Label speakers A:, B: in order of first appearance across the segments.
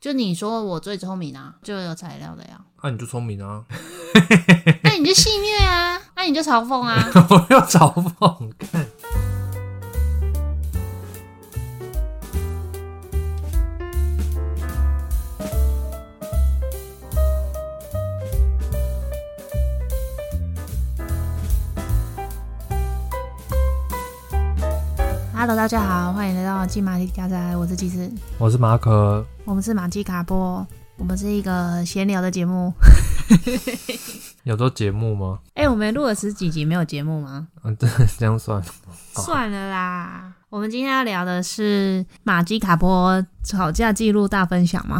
A: 就你说我最聪明啊，就有材料的呀。
B: 那、你就聪明啊！
A: 那你就戏虐啊，那你就嘲讽啊。
B: 我要嘲讽，看
A: Hello，大家好，欢迎来到金马里家宅，我是吉斯，
B: 我是马可，
A: 我们是马基卡波，我们是一个闲聊的节目。
B: 有做节目吗？
A: 哎、我们录了十几集没有节目吗？
B: 嗯，这这样算好
A: 算了啦，我们今天要聊的是马基卡波吵架记录大分享吗？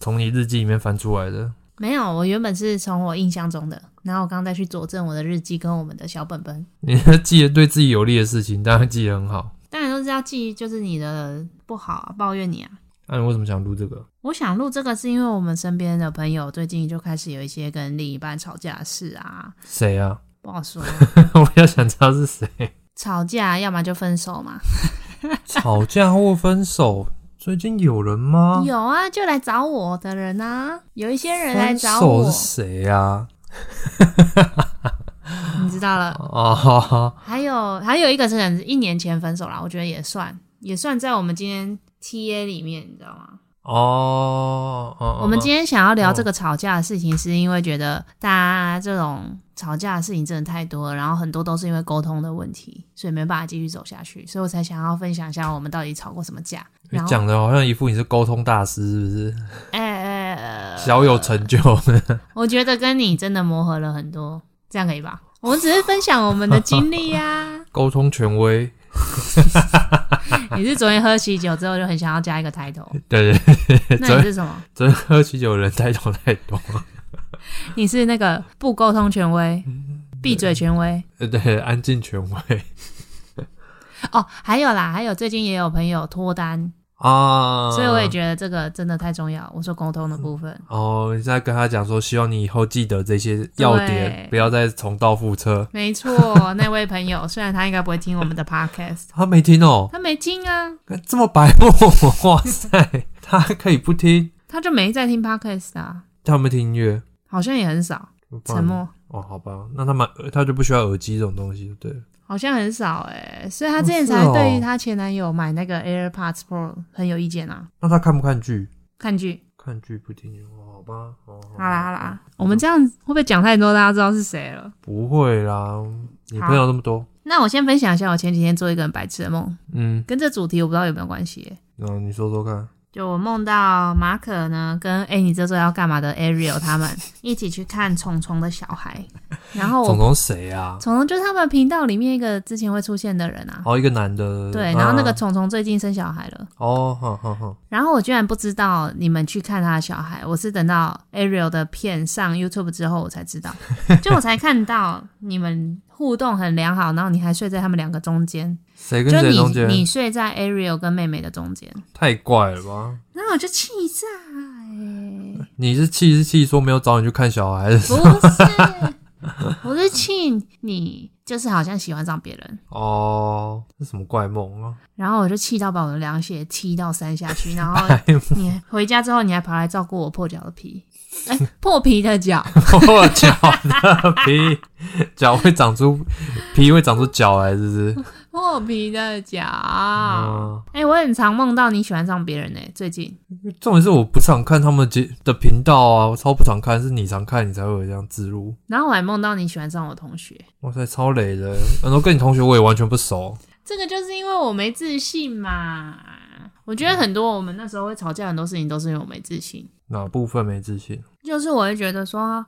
B: 从你日记里面翻出来的。
A: 没有，我原本是从我印象中的，然后我刚刚再去佐证我的日记跟我们的小本本。
B: 你记得对自己有利的事情，当然记得很好。
A: 当然都是要记，就是你的不好、啊、抱怨你啊。
B: 那、你为什么想录这个？
A: 我想录这个是因为我们身边的朋友最近就开始有一些跟另一半吵架的事啊，
B: 谁啊？
A: 不好说。
B: 我要想知道是谁。
A: 吵架要么就分手嘛，
B: 吵架或分手，最近有人吗？
A: 有啊，就来找我的人啊，有一些人来
B: 分
A: 找
B: 手
A: 我
B: 是，谁啊？
A: 你知道了。
B: 啊哈哈，
A: 还有还有一个是很一年前分手啦，我觉得也算也算在我们今天 T A 里面，你知道吗？
B: 哦，哦
A: 我们今
B: 哦
A: 天想要聊这个吵架的事情，是因为觉得大家这种吵架的事情真的太多了，然后很多都是因为沟通的问题，所以没办法继续走下去，所以我才想要分享一下我们到底吵过什么 架。
B: 你
A: 然后，
B: 讲的好像一副你是沟通大师，是不是？
A: 哎哎、呃
B: 小有成就。
A: 我觉得跟你真的磨合了很多，这样可以吧？我们只是分享我们的经历呀、
B: 沟通权威，
A: 你是昨天喝喜酒之后就很想要加一个抬头，
B: 对
A: 那你是什么？
B: 真喝喜酒的人太多太多，
A: 你是那个不沟通权威、
B: 嗯
A: 闭嘴权威
B: 呃对，安静权威
A: 哦。还有啦，还有最近也有朋友脱单，
B: 啊，
A: 所以我也觉得这个真的太重要。我说沟通的部分，
B: 哦，你在跟他讲说，希望你以后记得这些要点
A: 对，
B: 不要再重蹈覆辙。
A: 没错，那位朋友虽然他应该不会听我们的 podcast，
B: 他没听哦，
A: 他没听啊，
B: 这么白目，哇塞， 他还可以不听，
A: 他就没在听 podcast 啊，
B: 他有没有听音乐？
A: 好像也很少，
B: 不然
A: 沉默。
B: 哦，好吧，那他们他就不需要耳机这种东西，对了，
A: 好像很少哎、所以她之前才
B: 哦是哦
A: 对于她前男友买那个 AirPods Pro 很有意见啊。
B: 那他看不看剧？
A: 看剧，
B: 看剧不听音乐，好吧，哦，
A: 好啦好啦，我们这样会不会讲太多？大家知道是谁了？
B: 不会啦，你朋友那么多，
A: 那我先分享一下，我前几天做一个很白痴的梦，
B: 嗯，
A: 跟这主题我不知道有没有关系耶。
B: 然后你说说看，
A: 就我梦到马可呢，跟哎、你这周要干嘛的 Ariel 他 们一起去看《虫虫的小孩》，然后我
B: 总总谁啊？
A: 虫虫就是他们频道里面一个之前会出现的人啊。
B: 哦，一个男的，
A: 对，然后那个
B: 啊
A: 虫虫最近生小孩了，
B: 哦，好好好，
A: 然后我居然不知道你们去看他的小孩，我是等到 Ariel 的片上 YouTube 之后我才 知道，就我才看到你们互动很良好，然后你还睡在他们两个中间，
B: 谁跟
A: 就
B: 谁
A: 你
B: 中间？
A: 你睡在 Ariel 跟妹妹的中间，
B: 太怪了吧？
A: 然后我就气炸、欸，
B: 你是气是气说没有找你去看小孩
A: 不是，我是气你就是好像喜欢上别人，
B: 哦，这什么怪梦啊？
A: 然后我就气到把我的凉鞋踢到山下去， 然后
B: 白梦
A: 你回家之后你还跑来照顾我破脚的皮，哎、破皮的脚，
B: 破脚的皮，脚会长出皮会长出脚来，是不是？
A: 破皮的脚。
B: 啊、
A: 哎、我很常梦到你喜欢上别人呢、最近
B: 重点是我不常看他们节的频道啊，我超不常看，是你常看，你才会有这样自入。
A: 然后我还梦到你喜欢上我同学，
B: 哇塞，超累的。然后跟你同学我也完全不熟，
A: 这个就是因为我没自信嘛。我觉得很多我们那时候会吵架，很多事情都是因为我没自信。
B: 哪部分没自信？
A: 就是我会觉得说啊，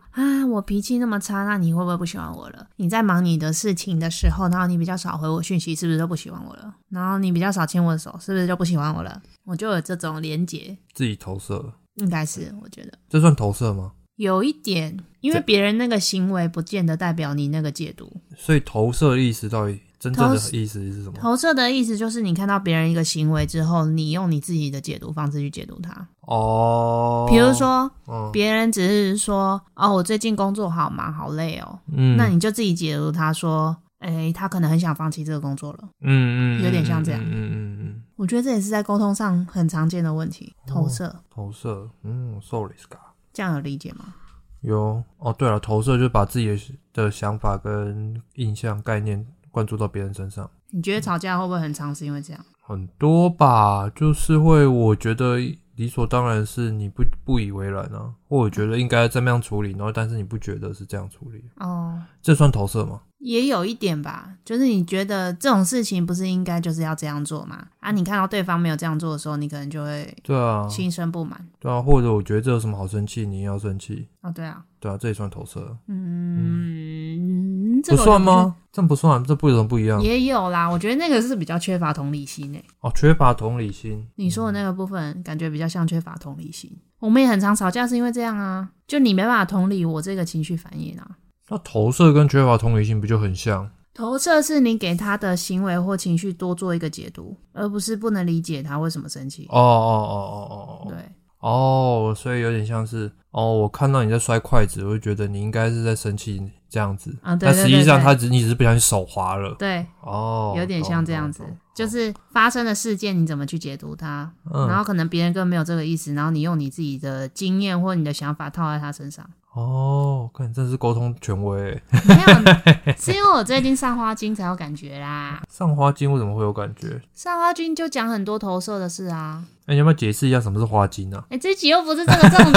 A: 我脾气那么差，那你会不会不喜欢我了？你在忙你的事情的时候，然后你比较少回我讯息，是不是就不喜欢我了？然后你比较少牵我的手，是不是就不喜欢我了？我就有这种连结，
B: 自己投射，
A: 应该是我觉得
B: 这算投射吗？
A: 有一点，因为
B: 这
A: 别人那个行为不见得代表你那个解读。
B: 所以投射的意思到底真正的
A: 投
B: 意思是什么？
A: 投射的意思就是你看到别人一个行为之后，你用你自己的解读方式去解读它。
B: 哦，
A: 比如，说，
B: 嗯
A: 别人只是说哦，我最近工作好忙，好累哦，
B: 嗯
A: 那你就自己解读他说，哎、他可能很想放弃这个工作了。
B: 嗯嗯，
A: 有点像这样
B: 嗯嗯嗯嗯嗯，
A: 我觉得这也是在沟通上很常见的问题，投射。
B: 投射，嗯，受理是嘎。
A: 这样有理解吗？
B: 有哦，对了，投射就是把自己的的想法跟印象、概念灌注到别人身上，
A: 你觉得吵架会不会很常是因为这样？
B: 很多吧，就是会我觉得理所当然是你不不以为然啊，或我觉得应该这么样处理，然后但是你不觉得是这样处理，
A: 哦，
B: 这算投射吗？
A: 也有一点吧，就是你觉得这种事情不是应该就是要这样做吗？啊，你看到对方没有这样做的时候，你可能就会
B: 对啊，
A: 心生不满。
B: 对啊，或者我觉得这有什么好生气，你也要生气，
A: 哦，对啊，
B: 对啊，这也算投射，
A: 嗯，这个我就
B: 不算
A: 不
B: 吗？这样不算，这不有什么不一样
A: 是？也有啦，我觉得那个是比较缺乏同理心欸诶、
B: 哦，缺乏同理心，
A: 你说的那个部分，感觉比较像缺乏同理心。我们也很常吵架，是因为这样啊，就你没办法同理我这个情绪反应啊。
B: 那投射跟缺乏同理心不就很像？
A: 投射是你给他的行为或情绪多做一个解读，而不是不能理解他为什么生气。
B: 哦哦哦哦哦哦，
A: 对，
B: 哦，所以有点像是哦，我看到你在摔筷子，我就觉得你应该是在生气这样子。
A: 啊，对
B: 但
A: 对
B: 实
A: 对
B: 际上，
A: 对
B: 他只你只是不小心手滑了。
A: 对，
B: 哦，
A: 有点像这样子
B: 懂懂懂，
A: 就是发生的事件你怎么去解读它，
B: 嗯
A: 然后可能别人根本没有这个意思，然后你用你自己的经验或你的想法套在他身上。
B: 哦，看你真是沟通权威欸。
A: 没有，是因为我最近上花精才有感觉啦。
B: 上花精为什么会有感觉？
A: 上花精就讲很多投射的事啊。
B: 哎、你要不要解释一下什么是花精啊？
A: 哎、这集又不是这个重
B: 一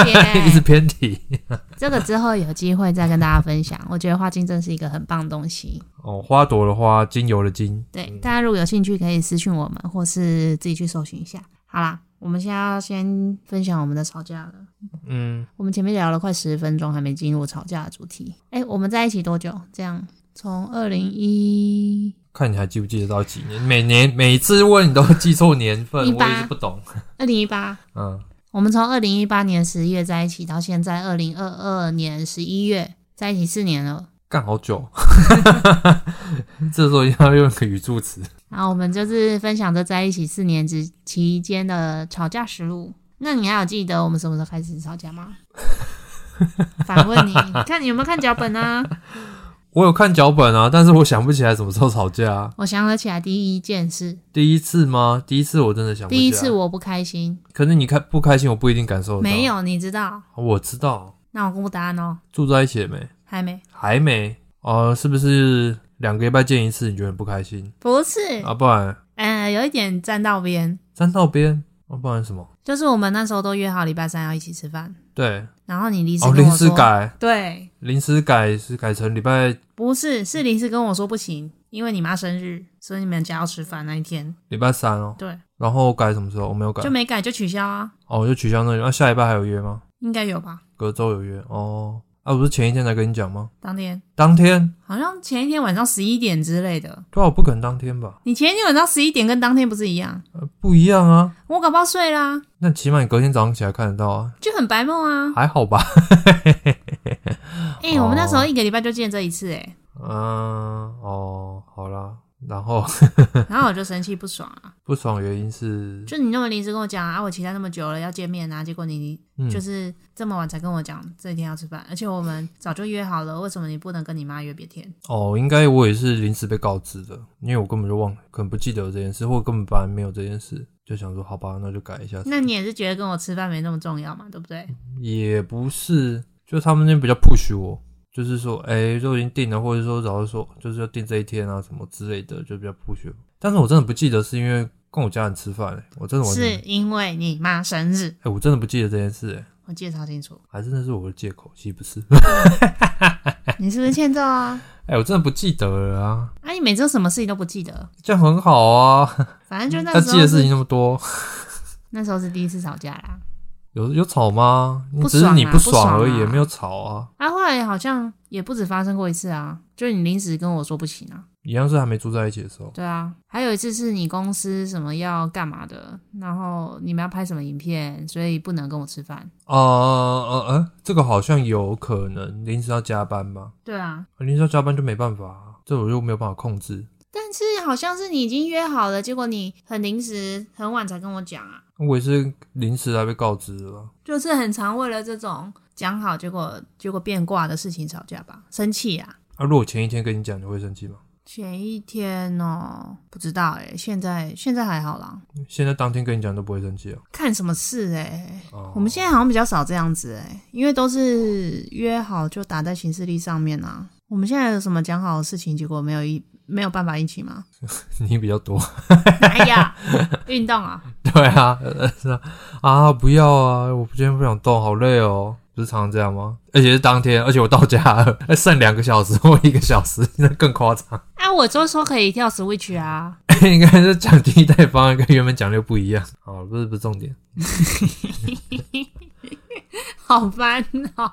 B: 直
A: 点，
B: 偏题。
A: 这个之后有机会再跟大家分享。我觉得花精真是一个很棒的东西。
B: 哦，花朵的花，精油的精。
A: 对，大家如果有兴趣，可以私讯我们，或是自己去搜寻一下。好啦，我们现在要先分享我们的吵架了。
B: 嗯，
A: 我们前面聊了快十分钟，还没进入吵架的主题。哎、我们在一起多久？这样从二零一
B: 看你还记不记得到几年？每年每次问你都记错年份，
A: 一
B: 我
A: 八
B: 也是不懂。
A: 二零一八，
B: 嗯，
A: 我们从二零一八年十月在一起，到现在二零二二年十一月，在一起四年了。
B: 干好久。 这时候一定要用一个语助词。
A: 然后我们就是分享着在一起四年之期间的吵架实录。那你还有记得我们什么时候开始吵架吗？ 反问你，看你有没有看脚本啊？
B: 我有看脚本啊，但是我想不起来什么时候吵架、啊。
A: 我想得起来，第一件事，
B: 第一次吗？第一次我真的想不起来。
A: 第一次，我不开心，
B: 可是你开不开心，我不一定感受得到。
A: 没，有，你知道？
B: 我知道。
A: 那我公布答案哦，
B: 住在一起了没？
A: 还没。
B: 还没。哦、是不是两个礼拜见一次，你觉得很不开心？
A: 不是，
B: 啊，不然
A: 呃，有一点站到边，
B: 站到边，啊，不然什么？
A: 就是我们那时候都约好礼拜三要一起吃饭，
B: 对，
A: 然后你临时
B: 哦，
A: 跟
B: 临
A: 我
B: 时
A: 说，
B: 改，
A: 对，
B: 临时改是改成礼拜
A: 不是，是临时跟我说不行，因为你妈生日，所以你们家要吃饭那一天，
B: 礼拜三哦。
A: 对，
B: 然后改什么时候？我没有改
A: 就。没改就取消啊，
B: 哦，我就取消那个。那、下礼拜还有约吗？
A: 应该有吧？
B: 隔周有约哦。啊，不是前一天才跟你讲吗？
A: 当天
B: 当天？
A: 好像前一天晚上十一点之类的，
B: 对啊，我不可能当天吧？
A: 你前一天晚上十一点跟当天不是一样？
B: 呃，不一样啊。
A: 我搞不好睡啦，
B: 那起码你隔天早上起来看得到啊，
A: 就很白梦啊。
B: 还好吧？
A: 哎、
B: 哦
A: 我们那时候一个礼拜就见这一次、欸，
B: 嗯，哦，好啦。然后
A: 哎，然后我就生气不爽啊。
B: 不爽原因是，
A: 就你那么临时跟我讲啊，我期待那么久了要见面啊，结果你
B: 嗯
A: 就是这么晚才跟我讲这一天要吃饭，而且我们早就约好了，为什么你不能跟你妈约别天？
B: 哦，应该我也是临时被告知的，因为我根本就忘，可能不记得有这件事，或根本本来没有这件事，就想说好吧，那就改一下。
A: 那你也是觉得跟我吃饭没那么重要嘛，对不对？
B: 也不是，就他们那边比较 push 我，就是说，哎、都已经定了，或者说早就说就是要定这一天啊什么之类的，就比较 push 我。但是我真的不记得是因为跟我家人吃饭、欸，我真的完全，
A: 是
B: 哎、
A: 因为你妈生日，
B: 我真的不记得这件事、欸，
A: 我记得超清楚。
B: 还真的是我的借口，其实不是。
A: 你是不是欠揍啊？
B: 哎、我真的不记得了啊，
A: 啊，你每次都什么事情都不记得，
B: 这样很好啊，
A: 反正就那
B: 要
A: 时
B: 记的
A: 候
B: 事
A: 是
B: 情那么多，
A: 那时候是第一次吵架啦。
B: 有有吵吗？你
A: 不
B: 只是你
A: 爽啊
B: 不爽而
A: 不
B: 已，
A: 爽啊
B: 没有吵啊，
A: 啊，后来好像也不止发生过一次啊，就是你临时跟我说不行啊。
B: 一样是还没住在一起的时候。
A: 对啊，还有一次是你公司什么要干嘛的，然后你们要拍什么影片，所以不能跟我吃饭。
B: 啊呃呃，这个好像有可能临时要加班吧？
A: 对啊，
B: 临时要哦加班就没办法、啊，这我又没有办法控制。
A: 但是好像是你已经约好了，结果你很临时、很晚才跟我讲啊，
B: 我也是临时才被告知啊的啦。
A: 就是很常为了这种讲好，结果结果变卦的事情吵架吧，生气啊。
B: 啊，如果前一天跟你讲，你会生气吗？
A: 前一天哦，不知道哎、现在现在还好啦。
B: 现在当天跟你讲都不会生气哦。
A: 看什么事哎、
B: 哦
A: 我们现在好像比较少这样子哎、因为都是约好就打在行事历上面啊。我们现在有什么讲好的事情，结果没有一没有办法一起吗？
B: 你比较多，
A: 哎呀，运动啊，
B: 对啊，呃是啊，啊不要啊，我今天不想动，好累哦，不是常常这样吗？而且是当天，而且我到家了， 还剩两个小时或一个小时，那更夸张。
A: 啊，我就说可以跳 Switch 啊。
B: 应该是讲替代方案跟原本讲的不一样，好，不是不是重点，
A: 好烦哦、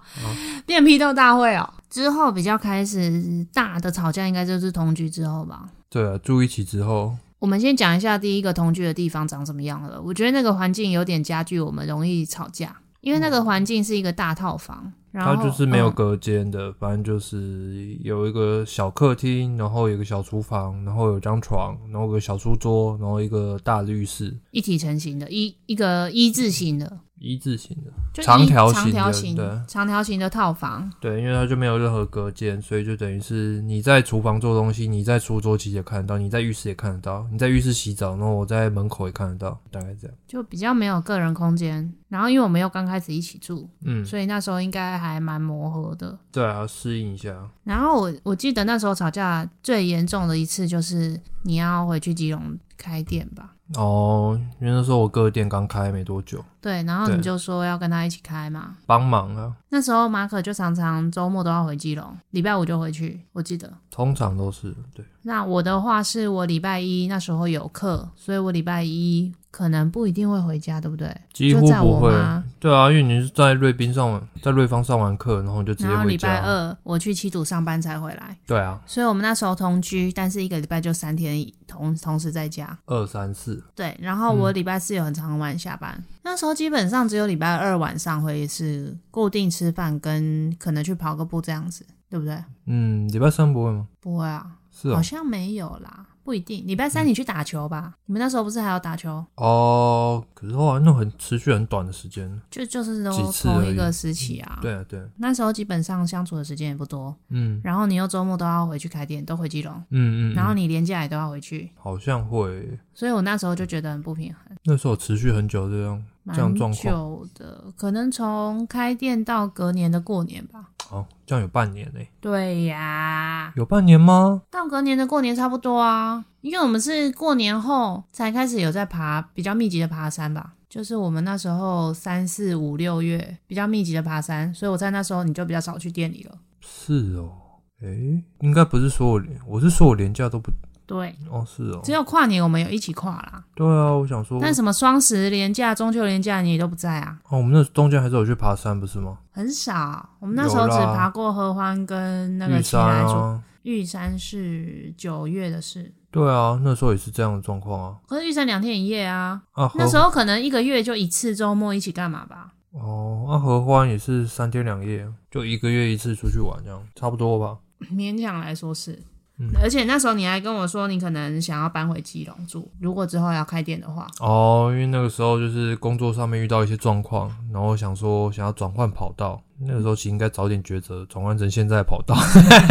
A: 变批斗大会哦、之后比较开始大的吵架，应该就是同居之后吧。
B: 对啊，住一起之后，
A: 我们先讲一下第一个同居的地方长什么样了。我觉得那个环境有点加剧我们容易吵架，因为那个环境是一个大套房，然
B: 它
A: 后
B: 就是没有
A: 嗯
B: 隔间的，反正就是有一个小客厅，然后有一个小厨房，然后有张床，然后有个小书桌，然后一个大的浴室，
A: 一体成型的，一一个一字形的，
B: 一字形的，
A: 就一
B: 长条
A: 长
B: 形的
A: 条形
B: 对
A: 长条形的套房。
B: 对，因为它就没有任何隔间，所以就等于是你在厨房做东西，你在书桌其实也看得到，你在浴室也看得到，你在浴室洗澡，然后我在门口也看得到，大概这样。
A: 就比较没有个人空间，然后因为我们又刚开始一起住，
B: 嗯，
A: 所以那时候应该还蛮磨合的。
B: 对啊，适应一下。
A: 然后我我记得那时候吵架最严重的一次就是你要回去基隆开店吧，
B: 哦，因为那时候我哥的店刚开没多久，
A: 对，然后
B: 对
A: 你就说要跟他一起开嘛。
B: 帮忙啊，
A: 那时候马可就常常周末都要回基隆，礼拜五就回去，我记得。
B: 通常都是对。
A: 那我的话是我礼拜一那时候有课，所以我礼拜一可能不一定会回家，对不对？
B: 几乎
A: 就在我
B: 不会
A: 妈
B: 对啊，因为你是在瑞宾上完，在瑞芳上完课，然后你就直接
A: 然后
B: 回
A: 礼拜
B: 家。
A: 二我去七堵上班才回来，
B: 对啊，
A: 所以我们那时候同居，但是一个礼拜就三天同同时在家。
B: 二三四，
A: 对，然后
B: 嗯
A: 我礼拜四有很常晚下班，那时候基本上只有礼拜二晚上会是固定吃饭跟可能去跑个步这样子，对不对？
B: 嗯，礼拜三不会吗？
A: 不会啊，
B: 是哦嗯
A: 好，像没有啦，不一定。礼拜三你去打球吧，你们那时候不是还有打球？
B: 哦，可是后来那很持续很短的时间。
A: 就就是都
B: 几次
A: 同
B: 而
A: 一
B: 已
A: 个时期啊。
B: 对啊，对啊，
A: 那时候基本上相处的时间也不多，
B: 嗯
A: 然后你又周末都要回去开店，都回基隆，
B: 嗯嗯，
A: 然后
B: 嗯
A: 你连假也都要回去，
B: 好像会，
A: 所以我那时候就觉得很不平衡。
B: 那时候持续很久这样。这样
A: 蛮
B: 状况
A: 久的，可能从开店到隔年的过年吧。
B: 哦，这样有半年嘞，
A: 对呀、
B: 有半年吗？
A: 到隔年的过年差不多啊，因为我们是过年后才开始有在爬比较密集的爬山吧，就是我们那时候三四五六月比较密集的爬山，所以我在那时候你就比较少去店里了。
B: 是哦，诶、应该不是说我连，我是说我连假都不，
A: 对，
B: 哦是哦，
A: 只有跨年我们有一起跨啦，
B: 对啊，我想说，
A: 啊但什么双十连假、中秋连假你都不在啊，
B: 哦，我们那中间还是有去爬山不是吗？
A: 很少。我们那时候只
B: 有啦
A: 爬过合欢跟那个
B: 玉
A: 奇来
B: 山
A: 主
B: 啊，
A: 玉山是九月的事，
B: 对啊，那时候也是这样的状况啊。
A: 可是玉山两天一夜啊，
B: 啊，合
A: 那时候可能一个月就一次周末一起干嘛吧。
B: 哦，啊，合欢也是三天两夜，啊就一个月一次出去玩，这样差不多吧。
A: 勉强来说是，
B: 嗯
A: 而且那时候你还跟我说你可能想要搬回基隆住，如果之后要开店的话，
B: 哦，因为那个时候就是工作上面遇到一些状况，然后想说想要转换跑道，那个时候其实应该早点抉择，转换成现在的跑道。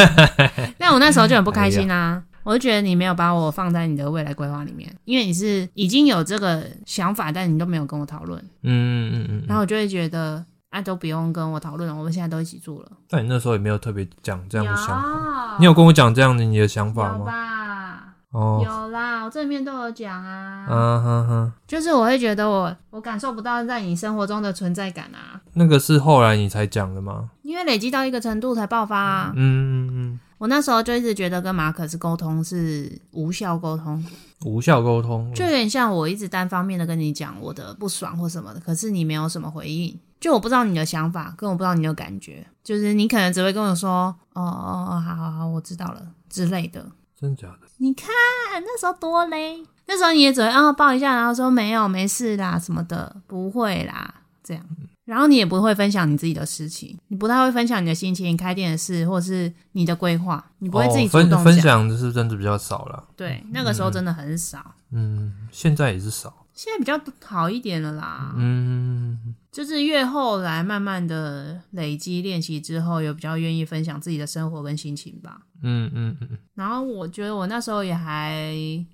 B: 哎
A: 那我那时候就很不开心啊。我就觉得你没有把我放在你的未来规划里面，因为你是已经有这个想法，但你都没有跟我讨论，
B: 嗯嗯嗯
A: 然
B: 嗯。
A: 后我就会觉得啊，都不用跟我讨论了，我们现在都一起住了。
B: 但你那时候也没有特别讲这样的想法，
A: 有
B: 你有跟我讲这样的你的想法
A: 啊有
B: 吗？
A: 吧？
B: 哦，
A: 有啦，我这里面都有讲啊。
B: 啊哈哈，
A: 就是我会觉得我我感受不到在你生活中的存在感啊，
B: 那个是后来你才讲的吗？
A: 因为累积到一个程度才爆发啊。
B: 嗯嗯
A: 我那时候就一直觉得跟马可是沟通是无效沟通，
B: 嗯，无效沟通，
A: 就有点像我一直单方面的跟你讲我的不爽或什么的，可是你没有什么回应，就我不知道你的想法，跟我不知道你的感觉，就是你可能只会跟我说，哦哦哦，好好好，我知道了之类的。
B: 真假的？
A: 你看啊那时候多累，那时候你也只会啊抱一下，然后说没有没事啦什么的，不会啦这样。然后你也不会分享你自己的事情，你不太会分享你的心情、开店的事，或是你的规划，你不会自己
B: 哦、
A: 主动
B: 分
A: 讲。
B: 分享，就是真的比较少了。
A: 对，那个时候真的很少，
B: 嗯，现在也是少。
A: 现在比较好一点了啦。
B: 嗯，
A: 就是越后来慢慢的累积练习之后，有比较愿意分享自己的生活跟心情吧。
B: 嗯嗯嗯，
A: 然后我觉得我那时候也还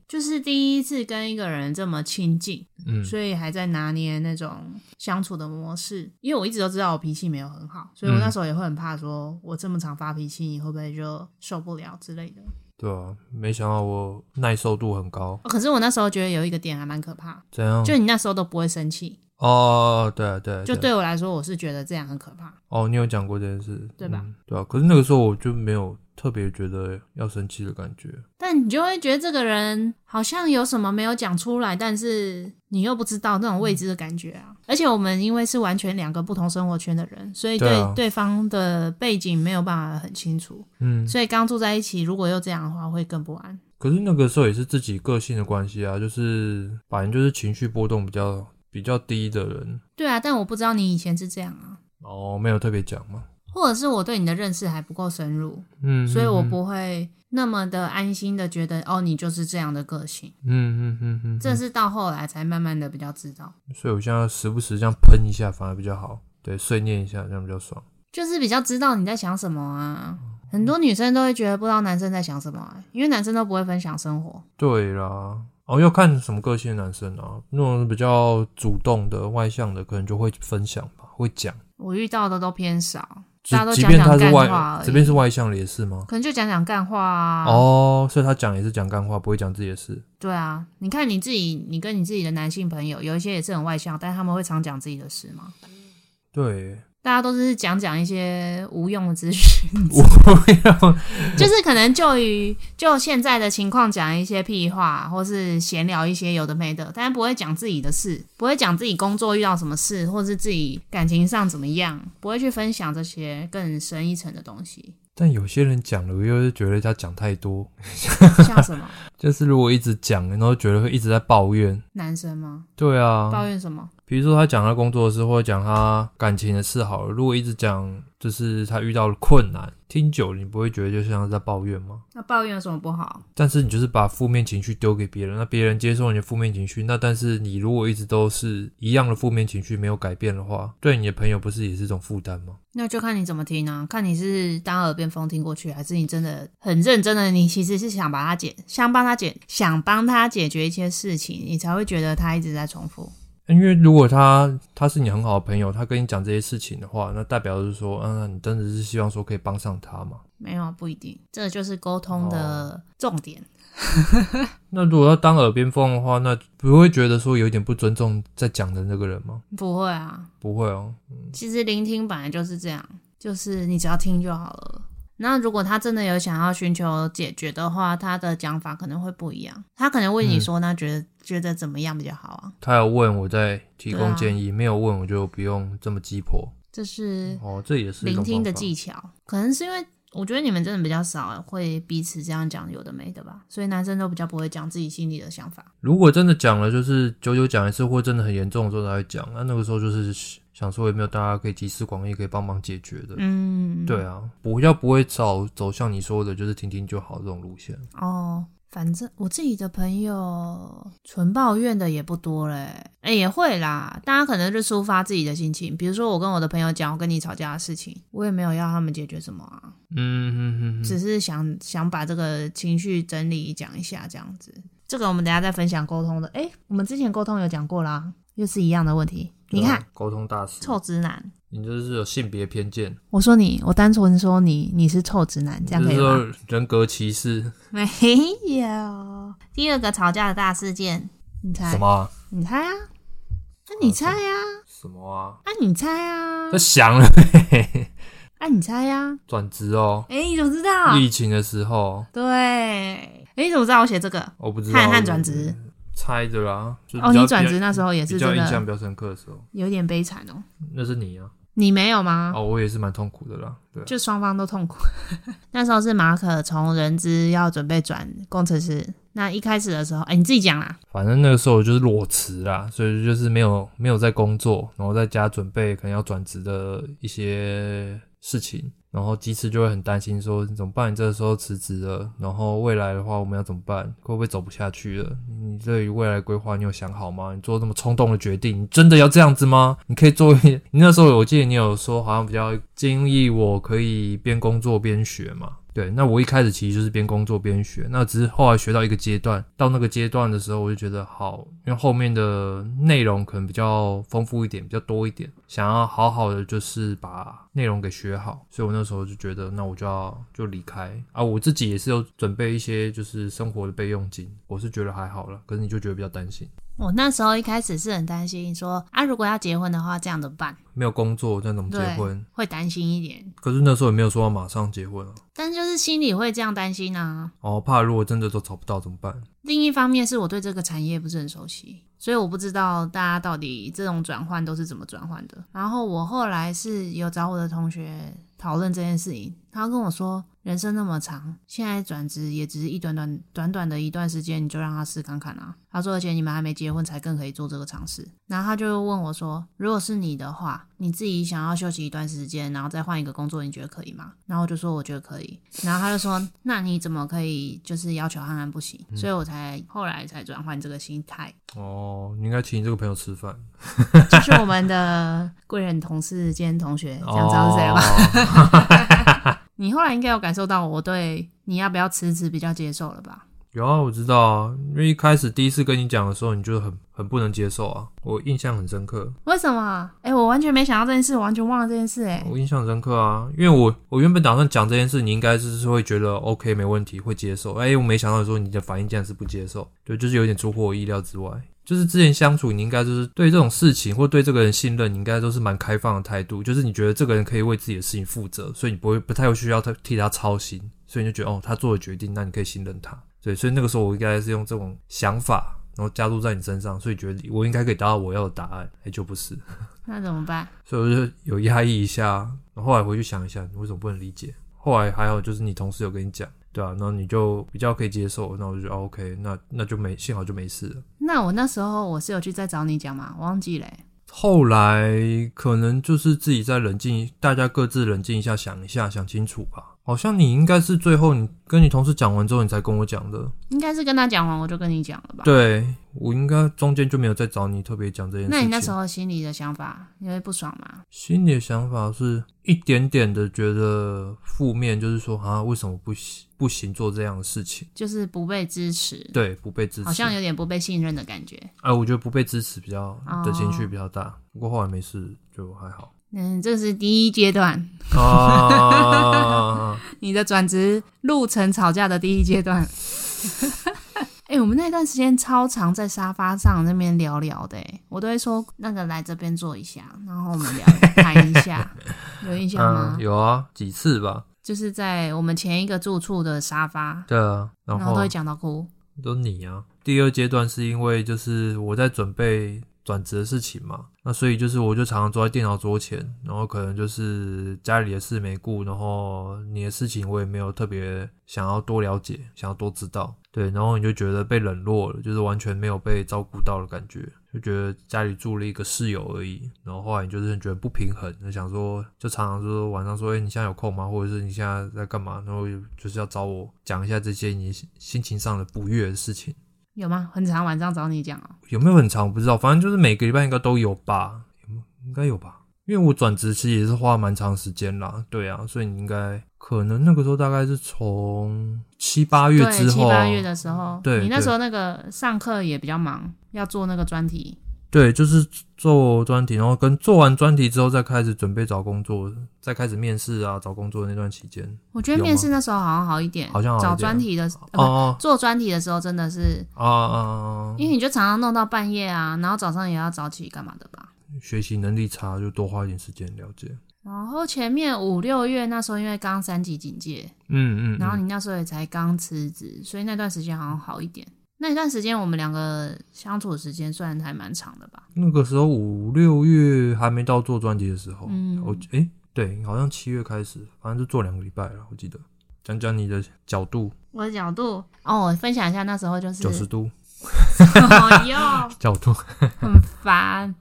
A: 就是第一次跟一个人这么亲近，
B: 嗯，
A: 所以还在拿捏那种相处的模式。因为我一直都知道我脾气没有很好，所以我那时候也会很怕说，我这么常发脾气，你会不会就受不了之类的。
B: 对啊，没想到我耐受度很高，
A: 哦可是我那时候觉得有一个点还蛮可怕，
B: 怎样？
A: 就你那时候都不会生气，
B: 哦，对啊对啊，
A: 就
B: 对啊，
A: 对我来说，我是觉得这样很可怕。
B: 哦，你有讲过这件事，
A: 对吧
B: 嗯对啊，可是那个时候我就没有特别觉得要生气的感觉，
A: 但你就会觉得这个人好像有什么没有讲出来，但是你又不知道那种
B: 嗯
A: 未知的感觉啊。而且我们因为是完全两个不同生活圈的人，所以对
B: 对啊
A: 对方的背景没有办法很清楚，
B: 嗯，
A: 所以刚住在一起，如果又这样的话，会更不安。
B: 可是那个时候也是自己个性的关系啊，就是反正就是情绪波动比较比较低的人，
A: 对啊，但我不知道你以前是这样啊，
B: 哦，没有特别讲嘛，
A: 或者是我对你的认识还不够深入，
B: 嗯，
A: 所以我
B: 嗯，
A: 不会那么的安心的觉得哦，你就是这样的个性。
B: 嗯嗯嗯嗯，
A: 这是到后来才慢慢的比较知道，
B: 所以我现在时不时这样喷一下反而比较好，对，碎念一下这样比较爽。
A: 就是比较知道你在想什么啊。很多女生都会觉得不知道男生在想什么、啊，因为男生都不会分享生活。
B: 对啦，哦，要看什么个性的男生啊，那种比较主动的、外向的，可能就会分享吧，会讲。
A: 我遇到的都偏少，
B: 即
A: 大家都
B: 即
A: 讲
B: 便
A: 讲
B: 他是
A: 干话
B: 外
A: 而，已
B: 即便是外向的也是吗？
A: 可能就讲讲干话啊。，
B: 哦，所以他讲也是讲干话，不会讲自己的事。
A: 对啊，你看你自己，你跟你自己的男性朋友，有一些也是很外向，但他们会常讲自己的事吗？
B: 对，
A: 大家都是讲讲一些无用的资讯，
B: 我啊
A: 就是可能就于就现在的情况讲一些屁话，或是闲聊一些有的没的，但不会讲自己的事，不会讲自己工作遇到什么事，或是自己感情上怎么样，不会去分享这些更深一层的东西，
B: 但有些人讲了，我又是觉得他讲太多，
A: 像什么
B: 就是如果一直讲，然后觉得会一直在抱怨。
A: 男生吗？
B: 对啊，
A: 抱怨什么？
B: 比如说他讲他工作的事，或者讲他感情的事好了，如果一直讲就是他遇到了困难，听久了你不会觉得就像是在抱怨吗？
A: 那抱怨有什么不好？
B: 但是你就是把负面情绪丢给别人，那别人接受你的负面情绪，那但是你如果一直都是一样的负面情绪没有改变的话，对你的朋友不是也是一种负担吗？
A: 那就看你怎么听啊，看你是当耳边风听过去，还是你真的很认真的，你其实是想把它解，想帮他解，想帮他解决一些事情，你才会觉得他一直在重复。
B: 因为如果他他是你很好的朋友，他跟你讲这些事情的话，那代表就是说，嗯、你真的是希望说可以帮上他嘛？
A: 没有，啊不一定，这就是沟通
B: 哦
A: 的重点。
B: 那如果要当耳边风的话，那不会觉得说有一点不尊重在讲的那个人吗？
A: 不会啊，
B: 不会哦，
A: 其实聆听本来就是这样，就是你只要听就好了。那如果他真的有想要寻求解决的话，他的讲法可能会不一样。他可能问
B: 嗯
A: 你说，那觉得觉得怎么样比较好啊？
B: 他有问我再提
A: 对
B: 供
A: 啊
B: 建议，没有问我就不用这么鸡婆。
A: 这是
B: 哦，这也是一
A: 聆
B: 种
A: 听的
B: 方法
A: 技巧，可能是因为我觉得你们真的比较少会彼此这样讲有的没的吧，所以男生都比较不会讲自己心里的想法。
B: 如果真的讲了，就是久久讲一次，或真的很严重的时候才会讲。那那个时候就是想说有没有大家可以集思广益，可以帮忙解决的。
A: 嗯，
B: 对啊，不要不会走走向你说的，就是听听就好这种路线。
A: 哦，反正我自己的朋友纯抱怨的也不多嘞，哎、也会啦。大家可能是抒发自己的心情，比如说我跟我的朋友讲我跟你吵架的事情，我也没有要他们解决什么啊，
B: 嗯嗯嗯嗯，
A: 只是想想把这个情绪整理讲一下这样子。这个我们等一下再分享沟通的。哎、我们之前沟通有讲过啦，又是一样的问题。你看，
B: 啊沟通大师，
A: 臭直男，
B: 你就是有性别偏见，
A: 我说你，我单纯说你，你是臭直男，这样
B: 就
A: 可
B: 是
A: 以吗？
B: 说人格歧视，
A: 没有。第二个吵架的大事件，你猜
B: 什么啊
A: 你猜啊，那、你猜啊，
B: 什么啊？
A: 那、你猜啊
B: 他，想了
A: 那、你猜啊，
B: 转职哦，
A: 哎、你怎么知道？
B: 疫情的时候
A: 对，哎、你怎么知道我写这个？
B: 我不知道，
A: 汉汉转职
B: 猜的啦。就是
A: 哦，
B: 比较
A: 你转职
B: 比较
A: 那时候也是
B: 比较
A: 真
B: 印象
A: 的
B: 比较深刻的时候，
A: 有点悲惨哦，
B: 那是你啊。
A: 你没有吗？
B: 哦，我也是蛮痛苦的啦。对，
A: 就双方都痛苦。 那时候是马可从人资要准备转工程师，那一开始的时候，哎、你自己讲啦，
B: 反正那个时候我就是裸辞啦，所以就是没有没有在工作，然后在家准备可能要转职的一些事情。然后鸡翅就会很担心说你怎么办？你这个时候辞职了，然后未来的话我们要怎么办？会不会走不下去了？你对于未来规划你有想好吗？你做那么冲动的决定，你真的要这样子吗？你可以做一，你那时候我记得你有说好像比较建议我可以边工作边学嘛。对，那我一开始其实就是边工作边学，那只是后来学到一个阶段，到那个阶段的时候，我就觉得好，因为后面的内容可能比较丰富一点，比较多一点，想要好好的就是把内容给学好，所以我那时候就觉得，那我就要就离开啊，我自己也是有准备一些就是生活的备用金，我是觉得还好了，可是你就觉得比较担心，
A: 我那时候一开始是很担心说啊，如果要结婚的话，这样怎么办？
B: 没有工作，那怎么结
A: 对
B: 婚？
A: 会担心一点，
B: 可是那时候也没有说要马上结婚啊，
A: 但就是心里会这样担心啊。
B: 哦，怕如果真的都找不到怎么办？
A: 另一方面是我对这个产业不是很熟悉，所以我不知道大家到底这种转换都是怎么转换的。然后我后来是有找我的同学讨论这件事情，他跟我说，人生那么长，现在转职也只是一短短短短的一段时间，你就让他试看看啊。他说，而且你们还没结婚，才更可以做这个尝试。然后他就问我说，如果是你的话，你自己想要休息一段时间，然后再换一个工作，你觉得可以吗？然后我就说我觉得可以。然后他就说，那你怎么可以就是要求汉汉不行？所以我才后来才转换这个心态。
B: 哦，你应该请你这个朋友吃饭。
A: 就是我们的贵人同事兼同学，这样知道是谁了吧？
B: 哦、
A: 你后来应该有感受到我对你要不要辞职比较接受了吧？
B: 有啊，我知道啊，因为一开始第一次跟你讲的时候，你就很很不能接受啊，我印象很深刻，
A: 为什么？哎、我完全没想到这件事，我完全忘了这件事、哎，
B: 我印象很深刻啊，因为我我原本打算讲这件事，你应该是是会觉得 OK 没问题，会接受，哎、我没想到说你的反应竟然是不接受，对，就是有点出乎我意料之外。就是之前相处，你应该就是对这种事情或对这个人信任，你应该都是蛮开放的态度。就是你觉得这个人可以为自己的事情负责，所以你不会不太会需要他替他操心，所以你就觉得哦，他做的决定，那你可以信任他。对，所以那个时候我应该是用这种想法，然后加入在你身上，所以觉得我应该可以达到我要的答案，哎、就不是。
A: 那怎么办？
B: 所以我就有压抑一下，然后后来回去想一下，你为什么不能理解？后来还好，就是你同事有跟你讲，对啊，然后你就比较可以接受，那我就觉得、哦、OK，那那就没，幸好就没事了。
A: 那我那时候我是有去再找你讲嘛，我忘记了、哎
B: 后来可能就是自己再冷静，大家各自冷静一下，想一下，想清楚吧。好像你应该是最后你跟你同事讲完之后，你才跟我讲的。
A: 应该是跟他讲完我就跟你讲了吧？
B: 对我应该中间就没有再找你特别讲这件事情。
A: 那你那时候心里的想法，你会不爽吗？
B: 心里的想法是一点点的觉得负面，就是说啊，为什么不行不行做这样的事情？
A: 就是不被支持，
B: 对，不被支持，
A: 好像有点不被信任的感觉。
B: 哎、我觉得不被支持比较
A: 哦
B: 的情绪比较大，不过后来没事就还 好
A: 嗯，这是第一阶段，
B: 啊。
A: 你的转职路程吵架的第一阶段。 哎、我们那段时间超常在沙发上那边聊聊的、哎，我都会说那个来这边坐一下，然后我们聊谈一下，有印象 吗？
B: 嗯，有啊，几次吧，
A: 就是在我们前一个住处的沙发，
B: 对啊，然
A: 然后都
B: 后
A: 会讲到哭。
B: 都你啊。第二阶段是因为就是我在准备转职的事情嘛，那所以就是我就常常坐在电脑桌前，然后可能就是家里的事没顾，然后你的事情我也没有特别想要多了解，想要多知道，对，然后你就觉得被冷落了，就是完全没有被照顾到的感觉，就觉得家里住了一个室友而已，然后后来你就是觉得不平衡，就想说就常常说晚上说，哎、你现在有空吗？或者是你现在在干嘛？然后就是要找我讲一下这些你心情上的不悦的事情。
A: 有吗？很常晚上找你讲哦、
B: 有没有很长我不知道，反正就是每个礼拜应该都有吧，有吗应该有吧。因为我转职其实也是花蛮长时间啦，对啊，所以你应该可能那个时候大概是从七八月
A: 对，
B: 之
A: 七
B: 后，
A: 八月的时候，
B: 对
A: 你那
B: 对
A: 时候那个上课也比较忙，要做那个专题，
B: 对，就是做专题，然后跟做完专题之后再开始准备找工作，再开始面试啊，找工作的那段期间，
A: 我觉得
B: 有
A: 面
B: 吗
A: 试那时候好像好一点，
B: 好像好一
A: 找
B: 点
A: 专题的、呃不
B: 哦
A: 做专题的时候真的是，
B: 啊啊，
A: 因为你就常常弄到半夜啊，然后早上也要早起干嘛的吧。
B: 学习能力差就多花一点时间了解。
A: 然后前面五六月那时候因为刚三级警戒，
B: 嗯嗯，
A: 然后
B: 嗯
A: 你那时候也才刚辞职，所以那段时间好像好一点。那段时间我们两个相处的时间算还蛮长的吧？
B: 那个时候五六月还没到做专辑的时候，
A: 嗯
B: 我诶、对，好像七月开始，反正就做两个礼拜了，我记得。讲讲你的角度，
A: 我的角度哦，我分享一下那时候就是
B: 九十度
A: 哎 呦，
B: 角度，
A: 嗯很烦。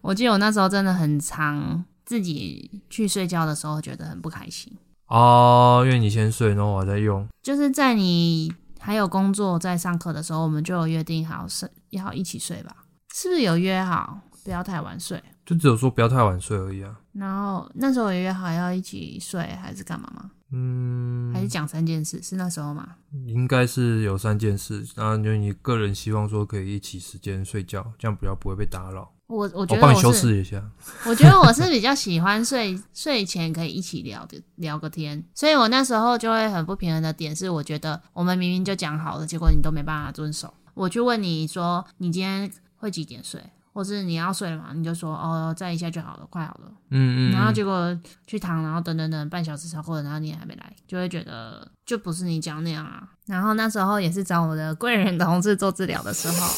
A: 我记得我那时候真的很常自己去睡觉的时候觉得很不开心，
B: 哦，因为你先睡，然后我再用。
A: 就是在你还有工作在上课的时候，我们就有约定好是要一起睡吧？是不是有约好不要太晚睡？
B: 就只有说不要太晚睡而已啊。
A: 然后那时候有约好要一起睡还是干嘛吗？
B: 嗯，
A: 还是讲三件事？是那时候吗？
B: 应该是有三件事，然后就你个人希望说可以一起时间睡觉，这样比较不会被打扰。
A: 我我觉
B: 我
A: 得
B: 哦帮
A: 我
B: 你修
A: 是，
B: 饰一下。
A: 我觉得我是比较喜欢睡睡前可以一起聊的聊个天，所以我那时候就会很不平衡的点是，我觉得我们明明就讲好了，结果你都没办法遵守。我去问你说你今天会几点睡，或是你要睡了吗？你就说哦，再一下就好了，快好了。
B: 嗯嗯嗯。
A: 然后结果去躺，然后等等等半小时超过了，然后你也还没来，就会觉得就不是你讲那样啊。然后那时候也是找我的贵人同事做治疗的时 候，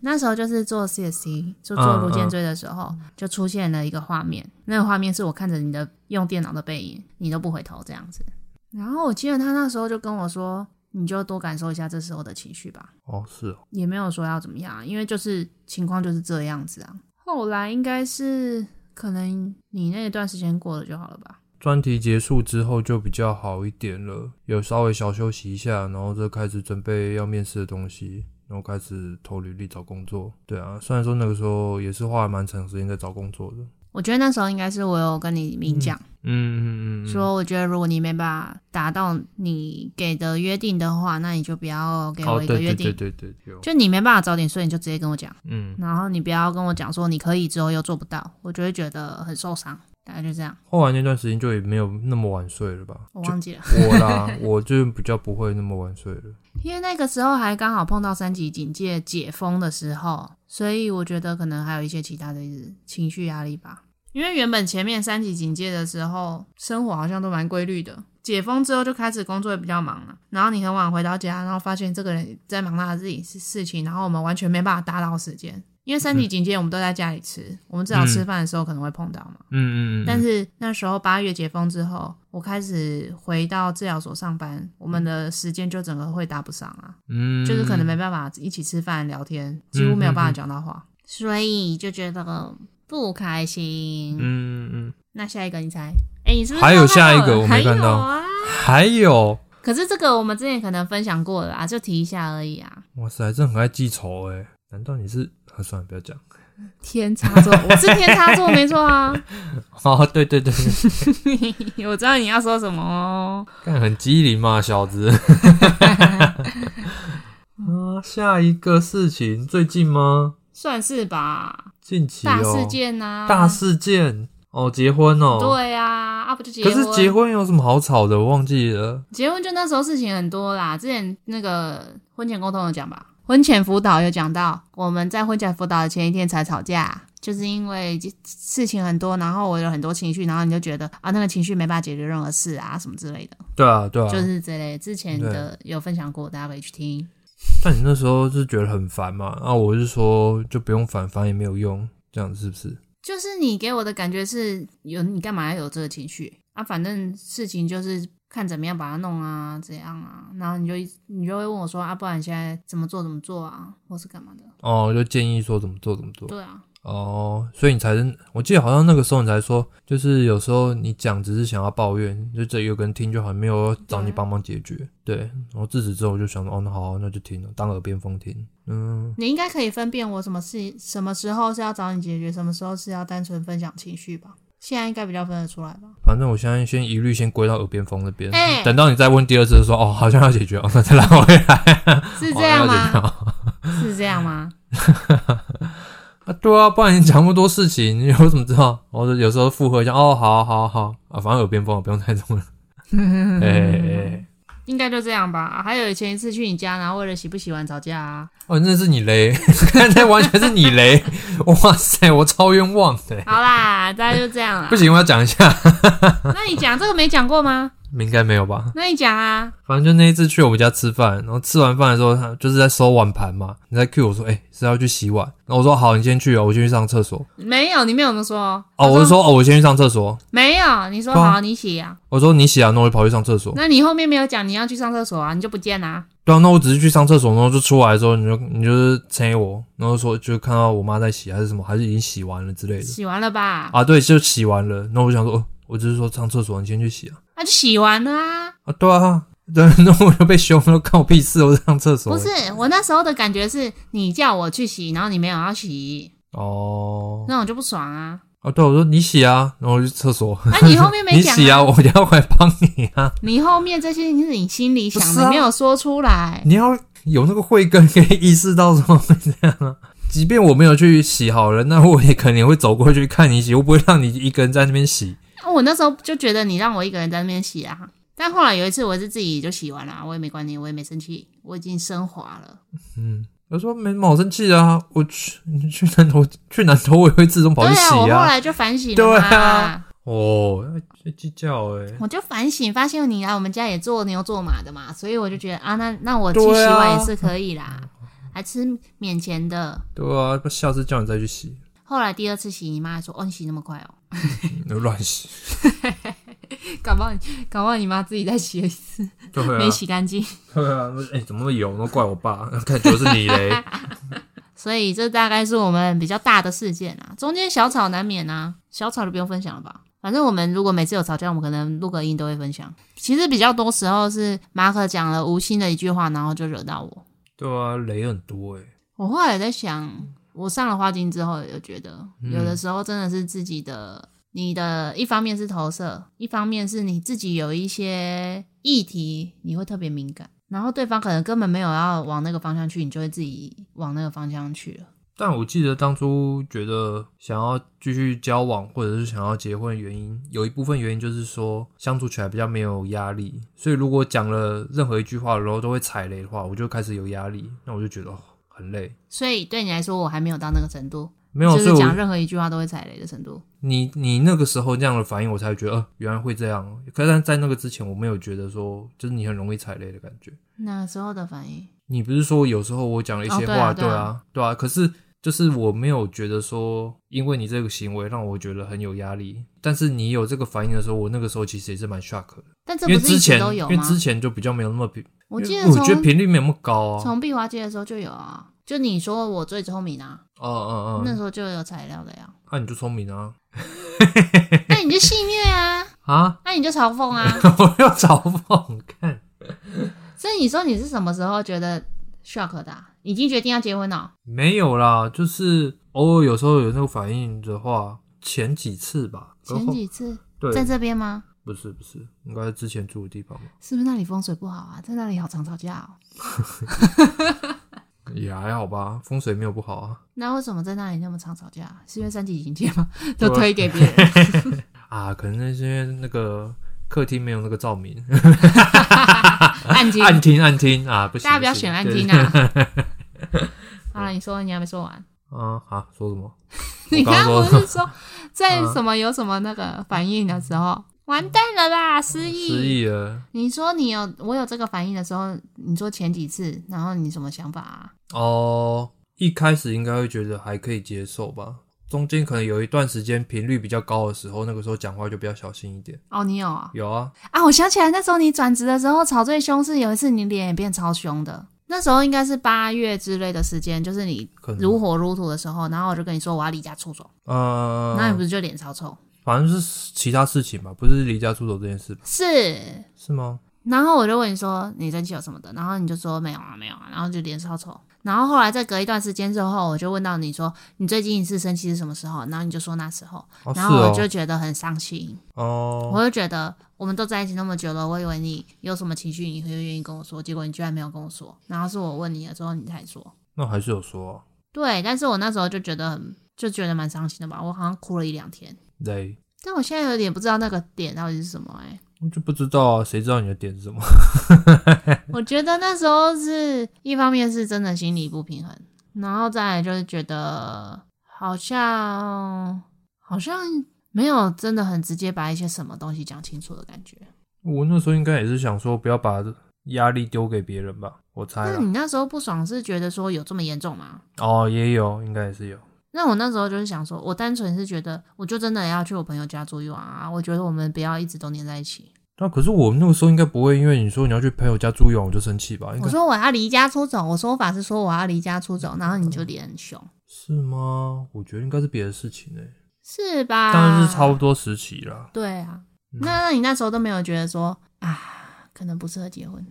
A: 那时候就是做 CST，就做
B: 嗯
A: 颅颈椎的时候，就出现了一个画面，那个画面是我看着你的用电脑的背影，你都不回头这样子。然后我记得他那时候就跟我说，你就多感受一下这时候的情绪吧。
B: 哦，是哦，
A: 也没有说要怎么样，因为就是情况就是这样子啊。后来应该是可能你那段时间过了就好了吧？
B: 专题结束之后就比较好一点了，有稍微小休息一下，然后就开始准备要面试的东西，然后开始投履历找工作。对啊，虽然说那个时候也是花了蛮长时间在找工作的。
A: 我觉得那时候应该是我有跟你明讲，
B: 嗯嗯嗯嗯。
A: 说我觉得如果你没办法达到你给的约定的话，那你就不要给
B: 哦，
A: 我一
B: 对
A: 个
B: 对
A: 约定。
B: 对对对，有。
A: 就你没办法早点睡，你就直接跟我讲，
B: 嗯，
A: 然后你不要跟我讲说你可以之后又做不到，我就会觉得很受伤。大概就这样，
B: 后来那段时间就也没有那么晚睡了吧？
A: 我
B: 就
A: 忘记了，
B: 我啦， 我就比较不会那么晚睡了。
A: 因为那个时候还刚好碰到三级警戒解封的时候，所以我觉得可能还有一些其他的情绪压力吧。因为原本前面三级警戒的时候，生活好像都蛮规律的。解封之后就开始工作也比较忙了，然后你很晚回到家，然后发现这个人在忙他的自己事事情，然后我们完全没办法搭到时间。因为三级警戒，我们都在家里吃，我们至少
B: 嗯
A: 吃饭的时候可能会碰到嘛。
B: 嗯嗯嗯。
A: 但是那时候八月解封之后，我开始回到治疗所上班，我们的时间就整个会搭不上啊，
B: 嗯，
A: 就是可能没办法一起吃饭聊天，几乎没有办法讲到话，所以就觉得不开心。
B: 嗯嗯嗯，
A: 那下一个你猜？哎、你是不是
B: 还有
A: 看到
B: 下一个
A: 了
B: 我没
A: 还有
B: 看到
A: 啊？
B: 还有，
A: 可是这个我们之前可能分享过了啊，就提一下而已啊。
B: 哇塞，真的很爱记仇哎、难道你是？啊，算了，不要讲。
A: 天蝎座，我是天蝎 座没错啊。
B: 哦，对对 对，
A: 我知道你要说什么哦。
B: 看很机灵嘛，小子。啊，下一个事情最近吗？
A: 算是吧，
B: 近期哦，
A: 大事、件呐、啊，
B: 大事件哦，结婚哦，
A: 对呀、啊，不就结
B: 可
A: 婚？
B: 是结婚有什么好吵的？我忘记了。
A: 结婚就那时候事情很多啦。之前那个婚前沟通有讲吧，婚前辅导有讲到，我们在婚前辅导的前一天才吵架，就是因为事情很多，然后我有很多情绪，然后你就觉得啊，那个情绪没办法解决任何事啊，什么之类的，
B: 对啊，对啊。
A: 就是这类之前的有分享过，大家可以去听。
B: 但你那时候是觉得很烦嘛？啊，我是说就不用烦，烦也没有用，这样是不是？
A: 就是你给我的感觉是有你干嘛要有这个情绪啊？反正事情就是看怎么样把它弄啊，怎样啊，然后你就一你就会问我说啊，不然你现在怎么做怎么做啊，或是干嘛的？
B: 哦，就建议说怎么做怎么做。
A: 对啊，
B: 哦，所以你才是，我记得好像那个时候你才说，就是有时候你讲只是想要抱怨，就这有个人听就好，没有找
A: 啊
B: 你帮忙解决。对，然后自此之后我就想说，哦，那好啊，那就听了，当耳边风听。嗯，
A: 你应该可以分辨我什么事什么时候是要找你解决，什么时候是要单纯分享情绪吧。现在应该比较分得出来 吧？
B: 反正我现在先一律先归到耳边风那边，
A: 哎
B: 等到你再问第二次的时候，哦，好像要解决，哦，那再拉回来。
A: 是这样
B: 哦那要解决
A: 吗？
B: 哦
A: 是这样吗？
B: 啊，对啊，不然你讲那么多事情，你我怎么知道？我就有时候附和一下，哦，好好好啊，反正耳边风，不用太重了。哎哎、 哎
A: 应该就这样吧。啊还有前一次去你家，然后为了洗不洗碗吵架啊。
B: 哦，那是你雷，看 那完全是你雷，哇塞，我超冤枉的。欸
A: 好啦，大家就这样啦
B: 不。行，我要讲一下，
A: 那你讲这个没讲过吗？
B: 应该没有吧？
A: 那你讲啊，
B: 反正就那一次去我们家吃饭，然后吃完饭的时候，他就是在收碗盘嘛。你在 Q 我说，哎、是要去洗碗？然后我说好，你先去哦，我先去上厕所。
A: 没有，你没有这么说。
B: 哦，我就说哦，我先去上厕所。
A: 没有，你说
B: 对啊
A: 好，你洗啊。
B: 我说你洗啊，那我就跑去上厕所。
A: 那你后面没有讲你要去上厕所啊，你就不见啦、
B: 对啊，那我只是去上厕所，然后就出来的时候，你就你就是催我，然后说就看到我妈在洗还是什么，还是已经洗完了之类的
A: 洗完了吧？
B: 啊？对，就洗完了。那我想说，哦，我只是说上厕所，你先去洗啊。
A: 那、就洗完了啊。
B: 啊，对啊， 对，那我就被凶了，看我屁事，我上厕所。
A: 不是，我那时候的感觉是你叫我去洗，然后你没有要洗，
B: 哦，
A: 那我就不爽 啊。
B: 啊，对，我说你洗啊，然后我就去厕所。
A: 那、你后面 没
B: 你
A: 讲、
B: 洗啊，我要回来帮你啊！
A: 你后面这些是你心里想
B: 不是
A: 的，
B: 啊
A: 没有说出来。
B: 你要有那个慧根，可以意识到说会这样啊。即便我没有去洗好了，那我也肯定会走过去看你洗，我不会让你一个人在那边洗。
A: 啊我那时候就觉得你让我一个人在那边洗啊，但后来有一次我是自己就洗完了，我也没管你，我也没生气，我已经升华了。
B: 嗯，我说没什么好生气的啊，我去你去南头去南头，我也会自动跑去
A: 对啊，我
B: 洗
A: 后
B: 啊。
A: 来就反省
B: 对
A: 了嘛，
B: 啊哦，要计较哎、
A: 我就反省发现你来我们家也做牛做马的嘛，所以我就觉得啊，那那我去
B: 对
A: 洗
B: 啊
A: 碗也是可以啦，还吃免钱的。
B: 对啊，不下次叫你再去洗，
A: 后来第二次洗，你妈还说：“哦，你洗那么快哦，
B: 你乱洗。
A: 搞不好你搞不好你妈自己再洗了 一次，
B: 对啊，
A: 没洗干净。
B: 对啊，那哎、怎么那么油？那怪我爸， 看就是你嘞。
A: 所以这大概是我们比较大的事件啊，中间小吵难免啊，小吵就不用分享了吧。反正我们如果每次有吵架，我们可能录个音都会分享。其实比较多时候是马可讲了无心的一句话，然后就惹到我。
B: 对啊，雷很多哎、
A: 我后来也在想，我上了花精之后，有觉得
B: 嗯
A: 有的时候真的是自己的，你的一方面是投射，一方面是你自己有一些议题，你会特别敏感，然后对方可能根本没有要往那个方向去，你就会自己往那个方向去了。
B: 但我记得当初觉得想要继续交往或者是想要结婚的原因，有一部分原因就是说相处起来比较没有压力，所以如果讲了任何一句话，然后都会踩雷的话，我就开始有压力，那我就觉得、哦、很累。
A: 所以对你来说，我还没有到那个程度，
B: 没有，
A: 就
B: 所以
A: 是讲
B: 我
A: 任何一句话都会踩雷的程度。
B: 你你那个时候那样的反应，我才觉得，呃，原来会这样 哦。可是在那个之前，我没有觉得说，就是你很容易踩雷的感觉。
A: 那时候的反应，
B: 你不是说有时候我讲了一些
A: 哦对
B: 话，
A: 啊对啊
B: 啊，对啊，可是就是我没有觉得说，因为你这个行为让我觉得很有压力。但是你有这个反应的时候，我那个时候其实也是蛮 shock 的，
A: 但这
B: 因为
A: 不是
B: 之
A: 一直
B: 前
A: 都
B: 因
A: 有
B: 为
A: 吗？
B: 之前就比较没有那么频，
A: 我记
B: 因
A: 得
B: 为我觉得
A: 从
B: 频率没有那么高啊。
A: 从碧华街的时候就有啊，就你说我最聪明啊，
B: 哦哦
A: 那
B: 哦，
A: 时候就有材料的呀。
B: 那、你就聪明啊
A: 那你就戏虐啊，
B: 啊！
A: 那你就嘲讽啊。
B: 我要嘲讽，看
A: 所以你说你是什么时候觉得 shock 的啊、已经决定要结婚了？哦
B: 没有啦，就是偶尔有时候有那个反应的话，前几次吧，然
A: 前
B: 后
A: 几次
B: 哦对，
A: 在这边吗？
B: 不是不是，应该是之前住的地方吧。
A: 是不是那里风水不好啊？在那里好常吵架哦。
B: 也还好吧，风水没有不好啊。
A: 那为什么在那里那么常吵架啊？是因为三级警戒吗？ 都推给别 人。
B: 啊，可能那些那个客厅没有那个照明，
A: 暗金，
B: 暗厅暗厅啊，不行，
A: 大家不要
B: 行
A: 选暗
B: 对
A: 金啊！好了，你说你还没说完。
B: 啊啊，说什么？
A: 你
B: 刚
A: 刚
B: 刚
A: 刚不是 说在
B: 嗯
A: 什么有什么那个反应的时候，完蛋了啦，失忆。
B: 失忆了
A: 你说你有我有这个反应的时候，你说前几次，然后你什么想法啊？
B: 哦。一开始应该会觉得还可以接受吧，中间可能有一段时间频率比较高的时候，那个时候讲话就比较小心一点。
A: 哦，你有啊？
B: 有啊，
A: 啊，我想起来那时候你转职的时候吵最凶是有一次你脸也变超凶的，那时候应该是八月之类的时间，就是你
B: 可能
A: 如火如荼的时候，然后我就跟你说我要离家出走，那你不
B: 呃，
A: 是就脸超臭？
B: 反正是其他事情吧，不是离家出走这件事吧，
A: 是。
B: 是吗？
A: 然后我就问你说你生气有什么的，然后你就说没有啊，没有啊，然后就脸超臭。然后后来再隔一段时间之后，我就问到你说你最近一次生气是什么时候，然后你就说那时候，
B: 哦，是
A: 然后我
B: 哦
A: 就，觉得很伤心。
B: 哦，
A: 我就觉得我们都在一起那么久了，我以为你有什么情绪你会愿意跟我说，结果你居然没有跟我说。然后是我问你的时候你才说，
B: 那还是有说啊
A: 对。但是我那时候就觉得很，就觉得蛮伤心的吧，我好像哭了一两天。
B: 对，
A: 但我现在有点不知道那个点到底是什么哎、
B: 我就不知道啊，谁知道你的点是什么？
A: 我觉得那时候是一方面是真的心理不平衡，然后再来就是觉得好像好像没有真的很直接把一些什么东西讲清楚的感觉。
B: 我那时候应该也是想说，不要把压力丢给别人吧，我猜
A: 那
B: 啦。
A: 你那时候不爽是觉得说有这么严重吗？
B: 哦，也有，应该也是有。
A: 那我那时候就是想说，我单纯是觉得，我就真的要去我朋友家住一晚啊。我觉得我们不要一直都黏在一起。
B: 那可是我那个时候应该不会，因为你说你要去朋友家住一晚，我就生气吧？应
A: 我
B: 该
A: 说我要离家出走，我说法是说我要离家出走，
B: 嗯
A: 然后你就脸很凶，
B: 是吗？我觉得应该是别的事情呢、
A: 是吧？
B: 当然是差不多时期啦。
A: 对啊，
B: 嗯
A: 那那你那时候都没有觉得说啊，可能不适合结婚？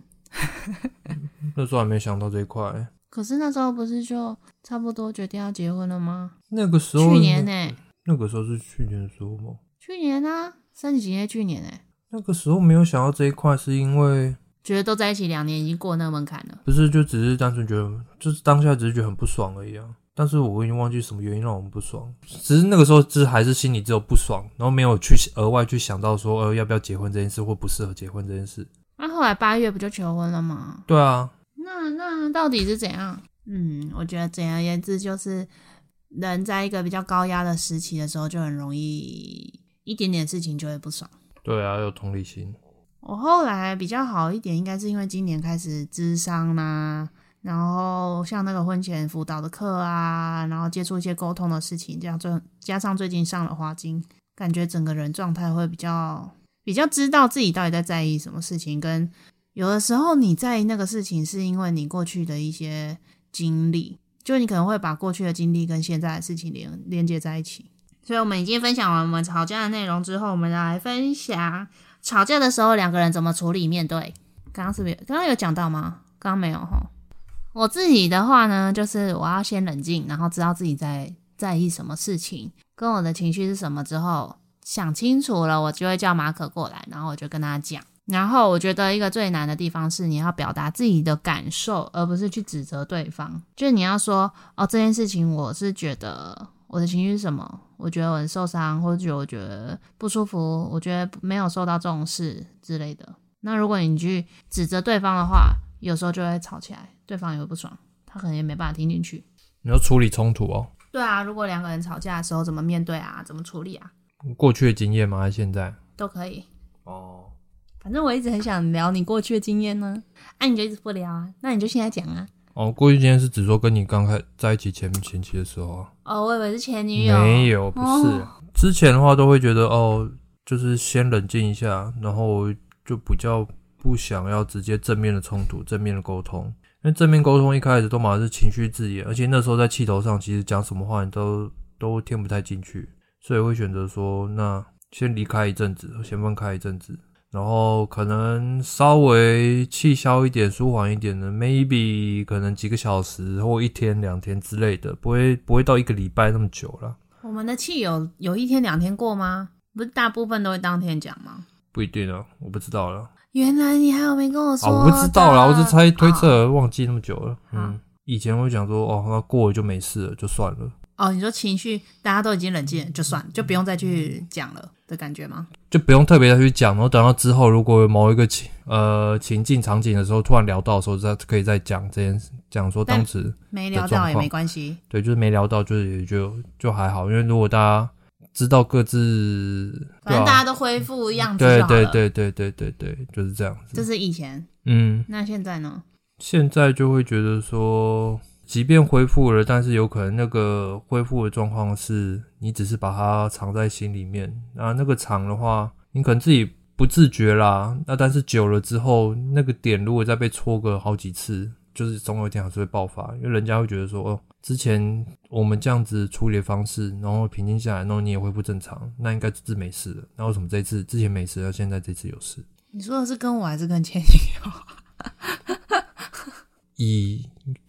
B: 那时候还没想到这一块、
A: 可是那时候不是就差不多决定要结婚了吗？
B: 那个
A: 去
B: 时候，
A: 年呢、
B: 那个时候是去年的时候吗？
A: 去年啊，三级耶，去年哎、
B: 那个时候没有想到这一块，是因为
A: 觉得都在一起两年已经过那个门槛了。
B: 不是就只是单纯觉得，就是当下只是觉得很不爽而已啊。但是我已经忘记什么原因让我们不爽，只是那个时候只还是心里只有不爽，然后没有去额外去想到说，呃，要不要结婚这件事或不适合结婚这件事。
A: 那、啊后来八月不就求婚了吗？
B: 对啊，
A: 那那到底是怎样？嗯，我觉得简而言之就是，人在一个比较高压的时期的时候，就很容易一点点事情就会不爽。
B: 对啊，有同理心。
A: 我后来比较好一点，应该是因为今年开始智商啦、然后像那个婚前辅导的课啊，然后接触一些沟通的事情，这样最加上最近上了花精，感觉整个人状态会比较比较知道自己到底在在意什么事情，跟有的时候你在意那个事情，是因为你过去的一些经历，就你可能会把过去的经历跟现在的事情连连接在一起。所以我们已经分享完我们吵架的内容之后，我们来分享吵架的时候两个人怎么处理面对。刚刚是不是有刚刚有讲到吗？刚刚没有哈。我自己的话呢，就是我要先冷静，然后知道自己在在意什么事情，跟我的情绪是什么之后，想清楚了，我就会叫马可过来，然后我就跟他讲。然后我觉得一个最难的地方是你要表达自己的感受，而不是去指责对方。就是你要说哦，这件事情我是觉得我的情绪是什么，我觉得我很受伤，或者我觉得不舒服，我觉得没有受到重视之类的。那如果你去指责对方的话，有时候就会吵起来，对方也会不爽，他可能也没办法听进去。
B: 你要处理冲突哦，
A: 对啊，如果两个人吵架的时候怎么面对啊，怎么处理啊，
B: 过去的经验吗？还是现在？
A: 都可以。
B: 哦，
A: 反正我一直很想聊你过去的经验呢，啊，你就一直不聊啊，那你就现在讲啊。
B: 哦，过去经验是指说跟你刚开在一起前前期的时候啊，
A: 哦，我以为是前女友，
B: 没有，不是、之前的话都会觉得哦，就是先冷静一下，然后就比较不想要直接正面的冲突、正面的沟通，因为正面沟通一开始都嘛是情绪字眼，而且那时候在气头上，其实讲什么话你都都听不太进去，所以会选择说那先离开一阵子，先分开一阵子。然后可能稍微气消一点、舒缓一点的，maybe 可能几个小时或一天、两天之类的，不会不会到一个礼拜那么久啦。
A: 我们的气有有一天两天过吗？不是大部分都会当天讲吗？
B: 不一定啊，我不知道了。
A: 原来你还有没跟我说
B: 啊，
A: 的、
B: 我不知道啦，我只猜推
A: 哦。
B: 测，忘记那么久了。
A: 好
B: 嗯，以前会讲说，哦，那过了就没事了，就算了，
A: 哦，你说情绪大家都已经冷静了，就
B: 嗯
A: 算就不用再去讲了的感觉吗？
B: 就不用特别再去讲。然后等到之后，如果有某一个情呃情境场景的时候，突然聊到的时候，再可以再讲这件事，讲说当时
A: 没聊
B: 的状
A: 到
B: 况
A: 也没关系，
B: 对，就是没聊到，就是也就就还好。因为如果大家知道各自，
A: 反
B: 对
A: 正大
B: 啊
A: 家都恢复样子
B: 对
A: 就好
B: 对
A: 了。，
B: 对对对对对，就是这样
A: 这
B: 子。
A: 是以前，
B: 嗯，
A: 那现在呢？
B: 现在就会觉得说，即便恢复了，但是有可能那个恢复的状况是你只是把它藏在心里面。那那个藏的话，你可能自己不自觉啦。那但是久了之后，那个点如果再被戳个好几次，就是总有一天还是会爆发，因为人家会觉得说，哦，之前我们这样子处理的方式，然后平静下来，然后你也恢复正常，那应该这次没事了。那为什么这次之前没事，要现在这次有事？
A: 你说的是跟我还是跟前女友？
B: 以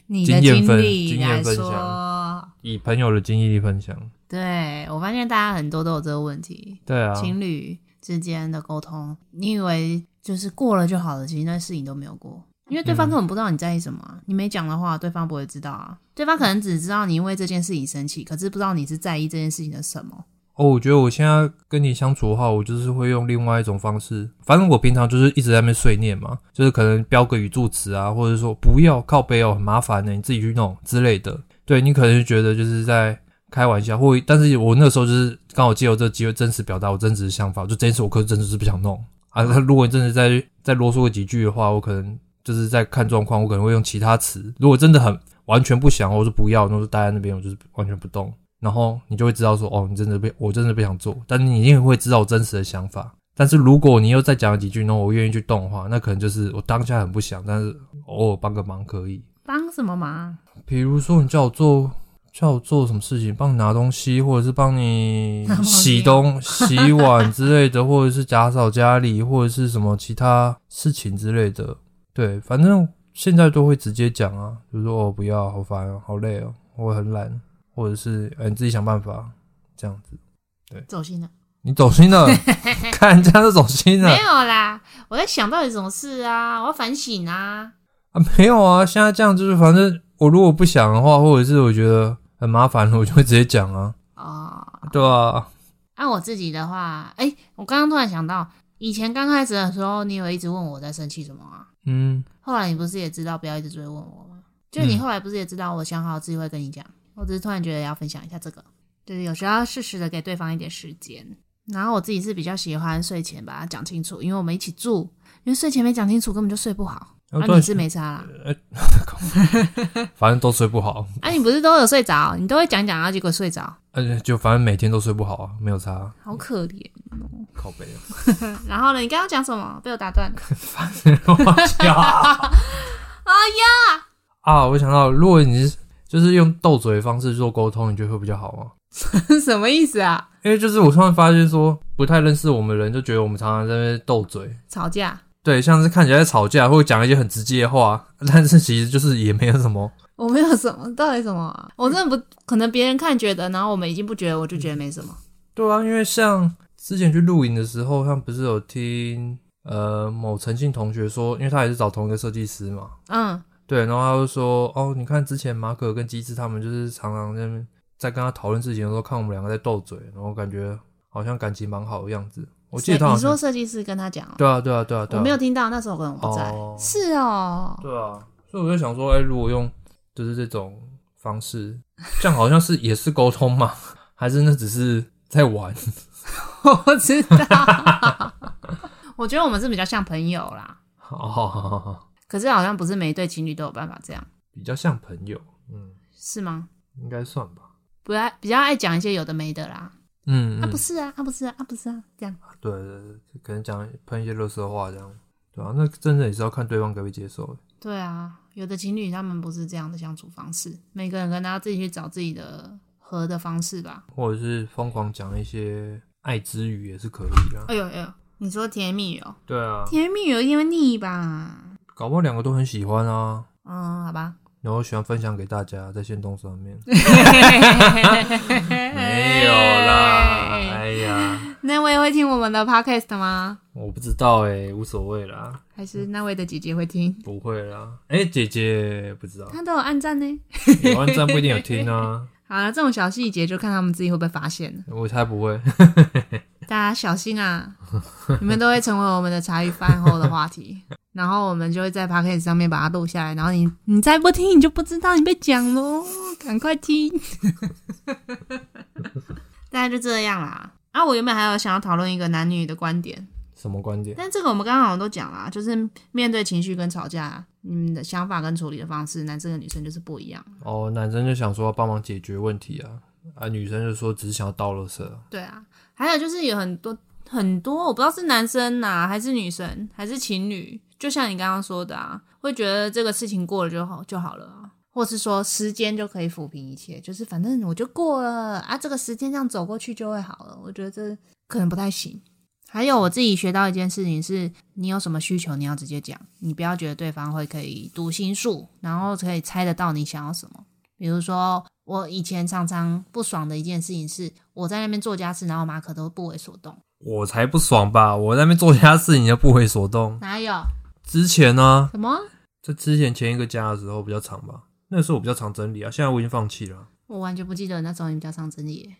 A: 你的
B: 经验分
A: 历
B: 经验
A: 来
B: 分
A: 说，
B: 以朋友的经历分享，
A: 对我发现大家很多都有这个问题，
B: 对啊，
A: 情侣之间的沟通，你以为就是过了就好了，其实那事情都没有过。因为对方
B: 嗯
A: 根本不知道你在意什么啊、你没讲的话，对方不会知道啊。对方可能只知道你因为这件事情生气，可是不知道你是在意这件事情的什么。
B: 哦，我觉得我现在跟你相处的话，我就是会用另外一种方式。反正我平常就是一直在那边碎念嘛，就是可能标个语助词啊，或者说不要靠背哦，很麻烦的，你自己去弄之类的。对你可能就觉得就是在开玩笑，或但是我那时候就是刚好借由这个机会真实表达我真实的想法，就这件事我可是真的是不想弄啊， 啊。那如果你真的再再啰嗦几句的话，我可能就是在看状况，我可能会用其他词。如果真的很完全不想，我就不要，那我就待在那边，我就是完全不动。然后你就会知道说，哦，你真的不，我真的不想做。但你一定会知道我真实的想法。但是如果你又再讲几句，那我愿意去动的话，那可能就是我当下很不想，但是偶尔帮个忙可以。
A: 帮什么忙？
B: 比如说，你叫我做叫我做什么事情，帮你拿东西，或者是帮你
A: 拿毛巾啊
B: 洗东 洗碗之类的，或者是打扫家里，或者是什么其他事情之类的。对，反正现在都会直接讲啊，就说哦不要，好烦哦，好累哦，我很懒，或者是哎、你自己想办法这样子。
A: 走心了？
B: 你走心 了，看人家是走心了
A: 没有啦，我在想到底什么事啊？我要反省啊！
B: 啊，没有啊，现在这样就是反正我如果不想的话，或者是我觉得很麻烦了，我就会直接讲啊，
A: 哦，
B: 对啊。
A: 按我自己的话，哎、我刚刚突然想到，以前刚开始的时候，你有一直问我在生气什么啊？
B: 嗯，
A: 后来你不是也知道不要一直追问我吗？就你
B: 嗯
A: 后来不是也知道我想好自己会跟你讲，我只是突然觉得要分享一下这个，就是有时候要适时的给对方一点时间。然后我自己是比较喜欢睡前把它讲清楚，因为我们一起住，因为睡前没讲清楚根本就睡不好。
B: 然
A: 啊，
B: 后突然
A: 你是没差啦，
B: 反正都睡不好，
A: 啊，你不是都有睡着，你都会讲一讲，然后结果睡着，
B: 而且就反正每天都睡不好啊，没有差，
A: 好可怜。
B: 靠背啊，
A: 然后呢，你刚刚讲什么？被我打断。
B: 忘记啊
A: 哎呀，
B: 啊！我想到，如果你是就是用斗嘴的方式做沟通，你觉得会比较好吗？
A: 什么意思啊？
B: 因为就是我突然发现说，不太认识我们的人就觉得我们常常在那边斗嘴，
A: 吵架？
B: 对，像是看起来在吵架，或者讲一些很直接的话， 但是其实就是也没有什么。
A: 我没有什么，到底什么啊、我真的不可能，别人看觉得，然后我们已经不觉得，我就觉得没什么。
B: 对啊，因为像之前去露营的时候，他们不是有听呃某诚信同学说，因为他也是找同一个设计师嘛，
A: 嗯，
B: 对，然后他就说，哦，你看之前马可跟鸡翅他们就是常常在那边在跟他讨论事情的时候，看我们两个在斗嘴，然后感觉好像感情蛮好的样子。我记得
A: 谁
B: 他好
A: 你说
B: 像
A: 设计师跟他讲、哦，
B: 对啊，对啊，对啊，对啊，
A: 我没有听到，那时候可能我不在。
B: 哦
A: 是 哦，
B: 对啊，所以我就想说，哎、如果用就是这种方式，这样好像是也是沟通嘛， 还是那只是在玩？
A: 我知道。我觉得我们是比较像朋友啦，
B: 哦，
A: 可是好像不是每一对情侣都有办法这样，
B: 比较像朋友，嗯，
A: 是吗？
B: 应该算吧。
A: 不爱比较爱讲一些有的没的啦。
B: 嗯，
A: 啊，
B: 嗯
A: 不是啊，啊不是啊，啊不是啊，这样。
B: 对对对，可能讲喷一些热色话这样，对啊，那真的也是要看对方可不可以接受。
A: 对啊，有的情侣他们不是这样的相处方式，每个人跟他自己去找自己的合的方式吧。
B: 或者是疯狂讲一些爱之语也是可以啊的、
A: 哎呦哎呦，你说甜言蜜语哦，
B: 对啊，
A: 甜言蜜语一定会腻吧？
B: 搞不好两个都很喜欢啊，
A: 嗯，好吧。
B: 然后喜欢分享给大家，在线动上 面。
A: 没
B: 没有啦，哎呀，
A: 那位会听我们的 podcast 吗？
B: 我不知道哎、无所谓啦，
A: 还是那位的姐姐会听？
B: 不会啦。哎、姐姐不 知道，
A: 她都有暗赞呢。
B: 有安赞不一定有听啊，
A: 好了，这种小细节就看他们自己会不会发现了。
B: 我才不会。
A: 大家小心 啊！你们都会成为我们的茶余饭后的话题，然后我们就会在 podcast 上面把它录下来，然后你你再不听，你就不知道你被讲喽，赶快听！ 大概就这样啦。啊，我原本还有想要讨论一个男女的观点，
B: 什么观点？
A: 但这个我们刚刚好像都讲啦，就是面对情绪跟吵架，你们的想法跟处理的方式，男生跟女生就是不一样。
B: 哦，男生就想说要帮忙解决问题啊，啊，女生就说只是想要倒垃圾啊。
A: 对啊，还有就是有很多很多，我不知道是男生呐、还是女生，还是情侣，就像你刚刚说的啊，会觉得这个事情过了就好就好了啊，或是说时间就可以抚平一切，就是反正我就过了啊，这个时间这样走过去就会好了。我觉得这可能不太行。还有我自己学到一件事情是，你有什么需求你要直接讲，你不要觉得对方会可以读心术，然后可以猜得到你想要什么。比如说，我以前常常不爽的一件事情是，我在那边做家事，然后马可都不为所动。
B: 我才不爽吧！我在那边做家事，你就不为所动。
A: 哪有
B: 之前呢、
A: 什么？
B: 在之前前一个家的时候比较长吧，那时候我比较常整理啊，现在我已经放弃了啊。
A: 我完全不记得那时候你们家上整理耶，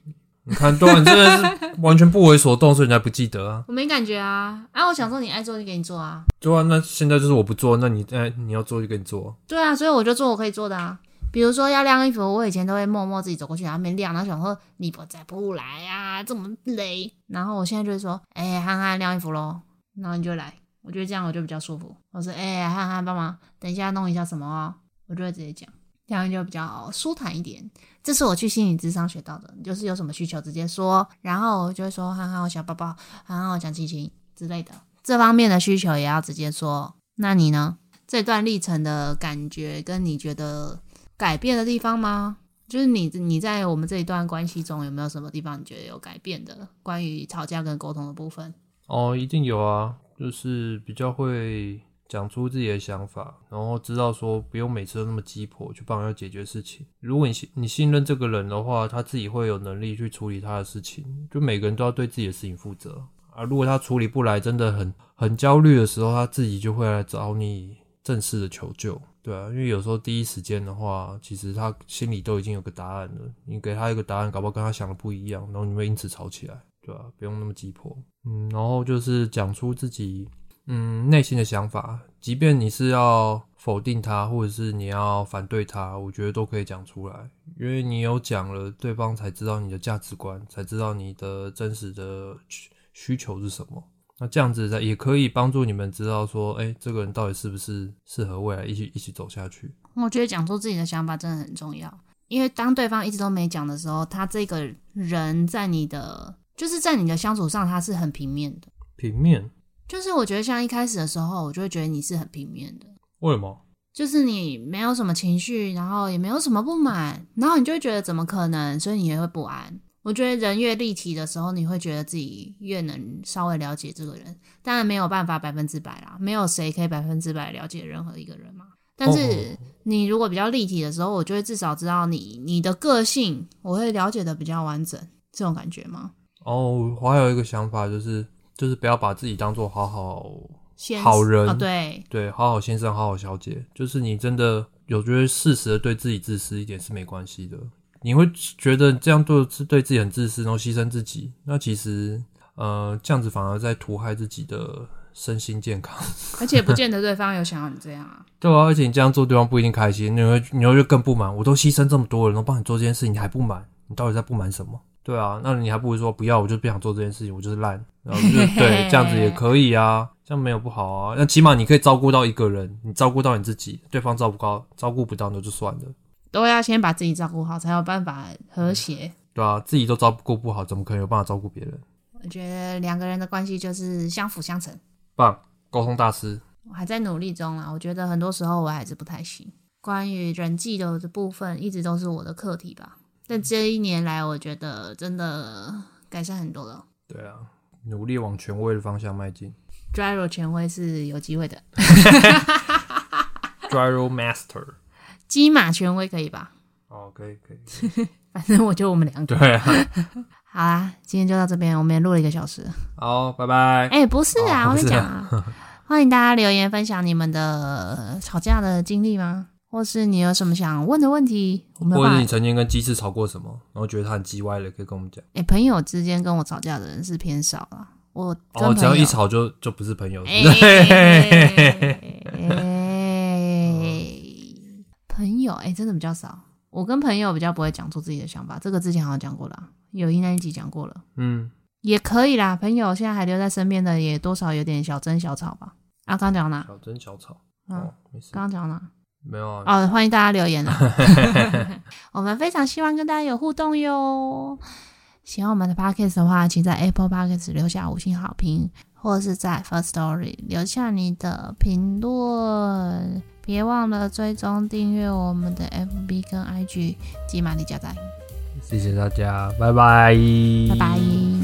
B: 你看，对、啊，你真的是完全不为所动，所以人家不记得啊。
A: 我没感觉啊。啊，我想说你爱做就给你做啊。
B: 对啊，那现在就是我不做，那你哎、你要做就给你做。
A: 对啊，所以我就做我可以做的啊。比如说要晾衣服，我以前都会默默自己走过去，然后没晾，然后想说你不再不来啊，这么累。然后我现在就会说，哎、憨憨晾衣服喽。然后你就来，我觉得这样我就比较舒服。我说哎、欸，憨憨帮忙，等一下弄一下什么哦，我就会直接讲，这样就比较舒坦一点。这是我去心理智商学到的，就是有什么需求直接说，然后我就会说憨憨我想抱抱，憨憨我想亲亲之类的，这方面的需求也要直接说。那你呢？这段历程的感觉跟你觉得改变的地方吗？就是你你在我们这一段关系中有没有什么地方你觉得有改变的？关于吵架跟沟通的部分，
B: 哦，一定有啊，就是比较会讲出自己的想法，然后知道说不用每次都那么鸡婆去帮人家解决事情。如果你信你信任这个人的话，他自己会有能力去处理他的事情。就每个人都要对自己的事情负责啊。如果他处理不来，真的很很焦虑的时候，他自己就会来找你正式的求救。对啊，因为有时候第一时间的话，其实他心里都已经有个答案了。你给他一个答案，搞不好跟他想的不一样，然后你们因此吵起来。对啊，不用那么急迫。嗯，然后就是讲出自己嗯内心的想法，即便你是要否定他，或者是你要反对他，我觉得都可以讲出来，因为你有讲了，对方才知道你的价值观，才知道你的真实的需需求是什么。那这样子在也可以帮助你们知道说，哎、这个人到底是不是适合未来一起一起走下去。
A: 我觉得讲出自己的想法真的很重要，因为当对方一直都没讲的时候，他这个人在你的就是在你的相处上他是很平面的。
B: 平面
A: 就是我觉得像一开始的时候，我就会觉得你是很平面的，
B: 为什么？
A: 就是你没有什么情绪，然后也没有什么不满，然后你就会觉得怎么可能，所以你也会不安。我觉得人越立体的时候，你会觉得自己越能稍微了解这个人。当然没有办法百分之百啦，没有谁可以百分之百了解任何一个人嘛。但是
B: 哦
A: 你如果比较立体的时候，我就会至少知道你你的个性，我会了解的比较完整，这种感觉吗？
B: 哦，我还有一个想法就是，就是不要把自己当做好好
A: 先
B: 好人
A: 啊、对，
B: 对，好好先生，好好小姐，就是你真的有觉得适时的对自己自私一点是没关系的。你会觉得这样做是对自己很自私，然后牺牲自己，那其实呃，这样子反而在屠害自己的身心健康。
A: 而且不见得对方有想要你这样啊。
B: 对啊，而且你这样做，对方不一定开心，你会你会更不满。我都牺牲这么多了，然后帮你做这件事情，你还不满，你到底在不满什么？对啊，那你还不如说不要，我就不想做这件事情，我就是烂，然 后就对这样子也可以啊，这样没有不好啊。那起码你可以照顾到一个人，你照顾到你自己，对方照顾到照顾不到那就算了，
A: 都要先把自己照顾好，才有办法和谐。
B: 对啊，自己都照顾不好，怎么可能有办法照顾别人？
A: 我觉得两个人的关系就是相辅相成。
B: 棒，沟通大师，
A: 我还在努力中啊，我觉得很多时候我还是不太行。关于人际的部分，一直都是我的课题吧。但这一年来，我觉得真的改善很多了。
B: 对啊，努力往权威的方向迈 进
A: Dryro 全会是有机会的，
B: ，Gyro Master，
A: 鸡马全威可以吧？
B: 哦，可以可以，
A: 反正我觉得我们两个。
B: 对啊，
A: 好啦，今天就到这边，我们也录了一个小时。
B: 好，拜拜。
A: 哎、不是啊，
B: 哦
A: 我
B: 不
A: 在
B: 是
A: 讲
B: 啊
A: 啊，欢迎大家留言分享你们的呃吵架的经历吗？或是你有什么想问的问题？我们
B: 或者
A: 把
B: 你曾经跟鸡翅吵过什么，然后觉得他很鸡歪了，可以跟我们讲。
A: 哎、朋友之间跟我吵架的人是偏少了，我跟
B: 哦，只要
A: 朋友
B: 一，吵就就不是朋友，
A: 哎、
B: 对不对？
A: 朋友，哎、真的比较少。我跟朋友比较不会讲出自己的想法，这个之前好像讲过了啊，友谊那一集讲过了，
B: 嗯，
A: 也可以啦。朋友现在还留在身边的，也多少有点小争小吵吧。啊，刚讲到哪？
B: 小争小吵，
A: 嗯
B: 哦，没事，
A: 刚刚讲到哪？
B: 没有啊，
A: 哦，欢迎大家留言啊！我们非常希望跟大家有互动哟。喜欢我们的 podcast 的话，请在 Apple Podcast 留下五星好评，或者是在 First Story 留下你的评论。别忘了追踪订阅我们的 FB 跟 IG 及玛丽家仔，
B: 谢谢大家，拜拜，
A: 拜拜。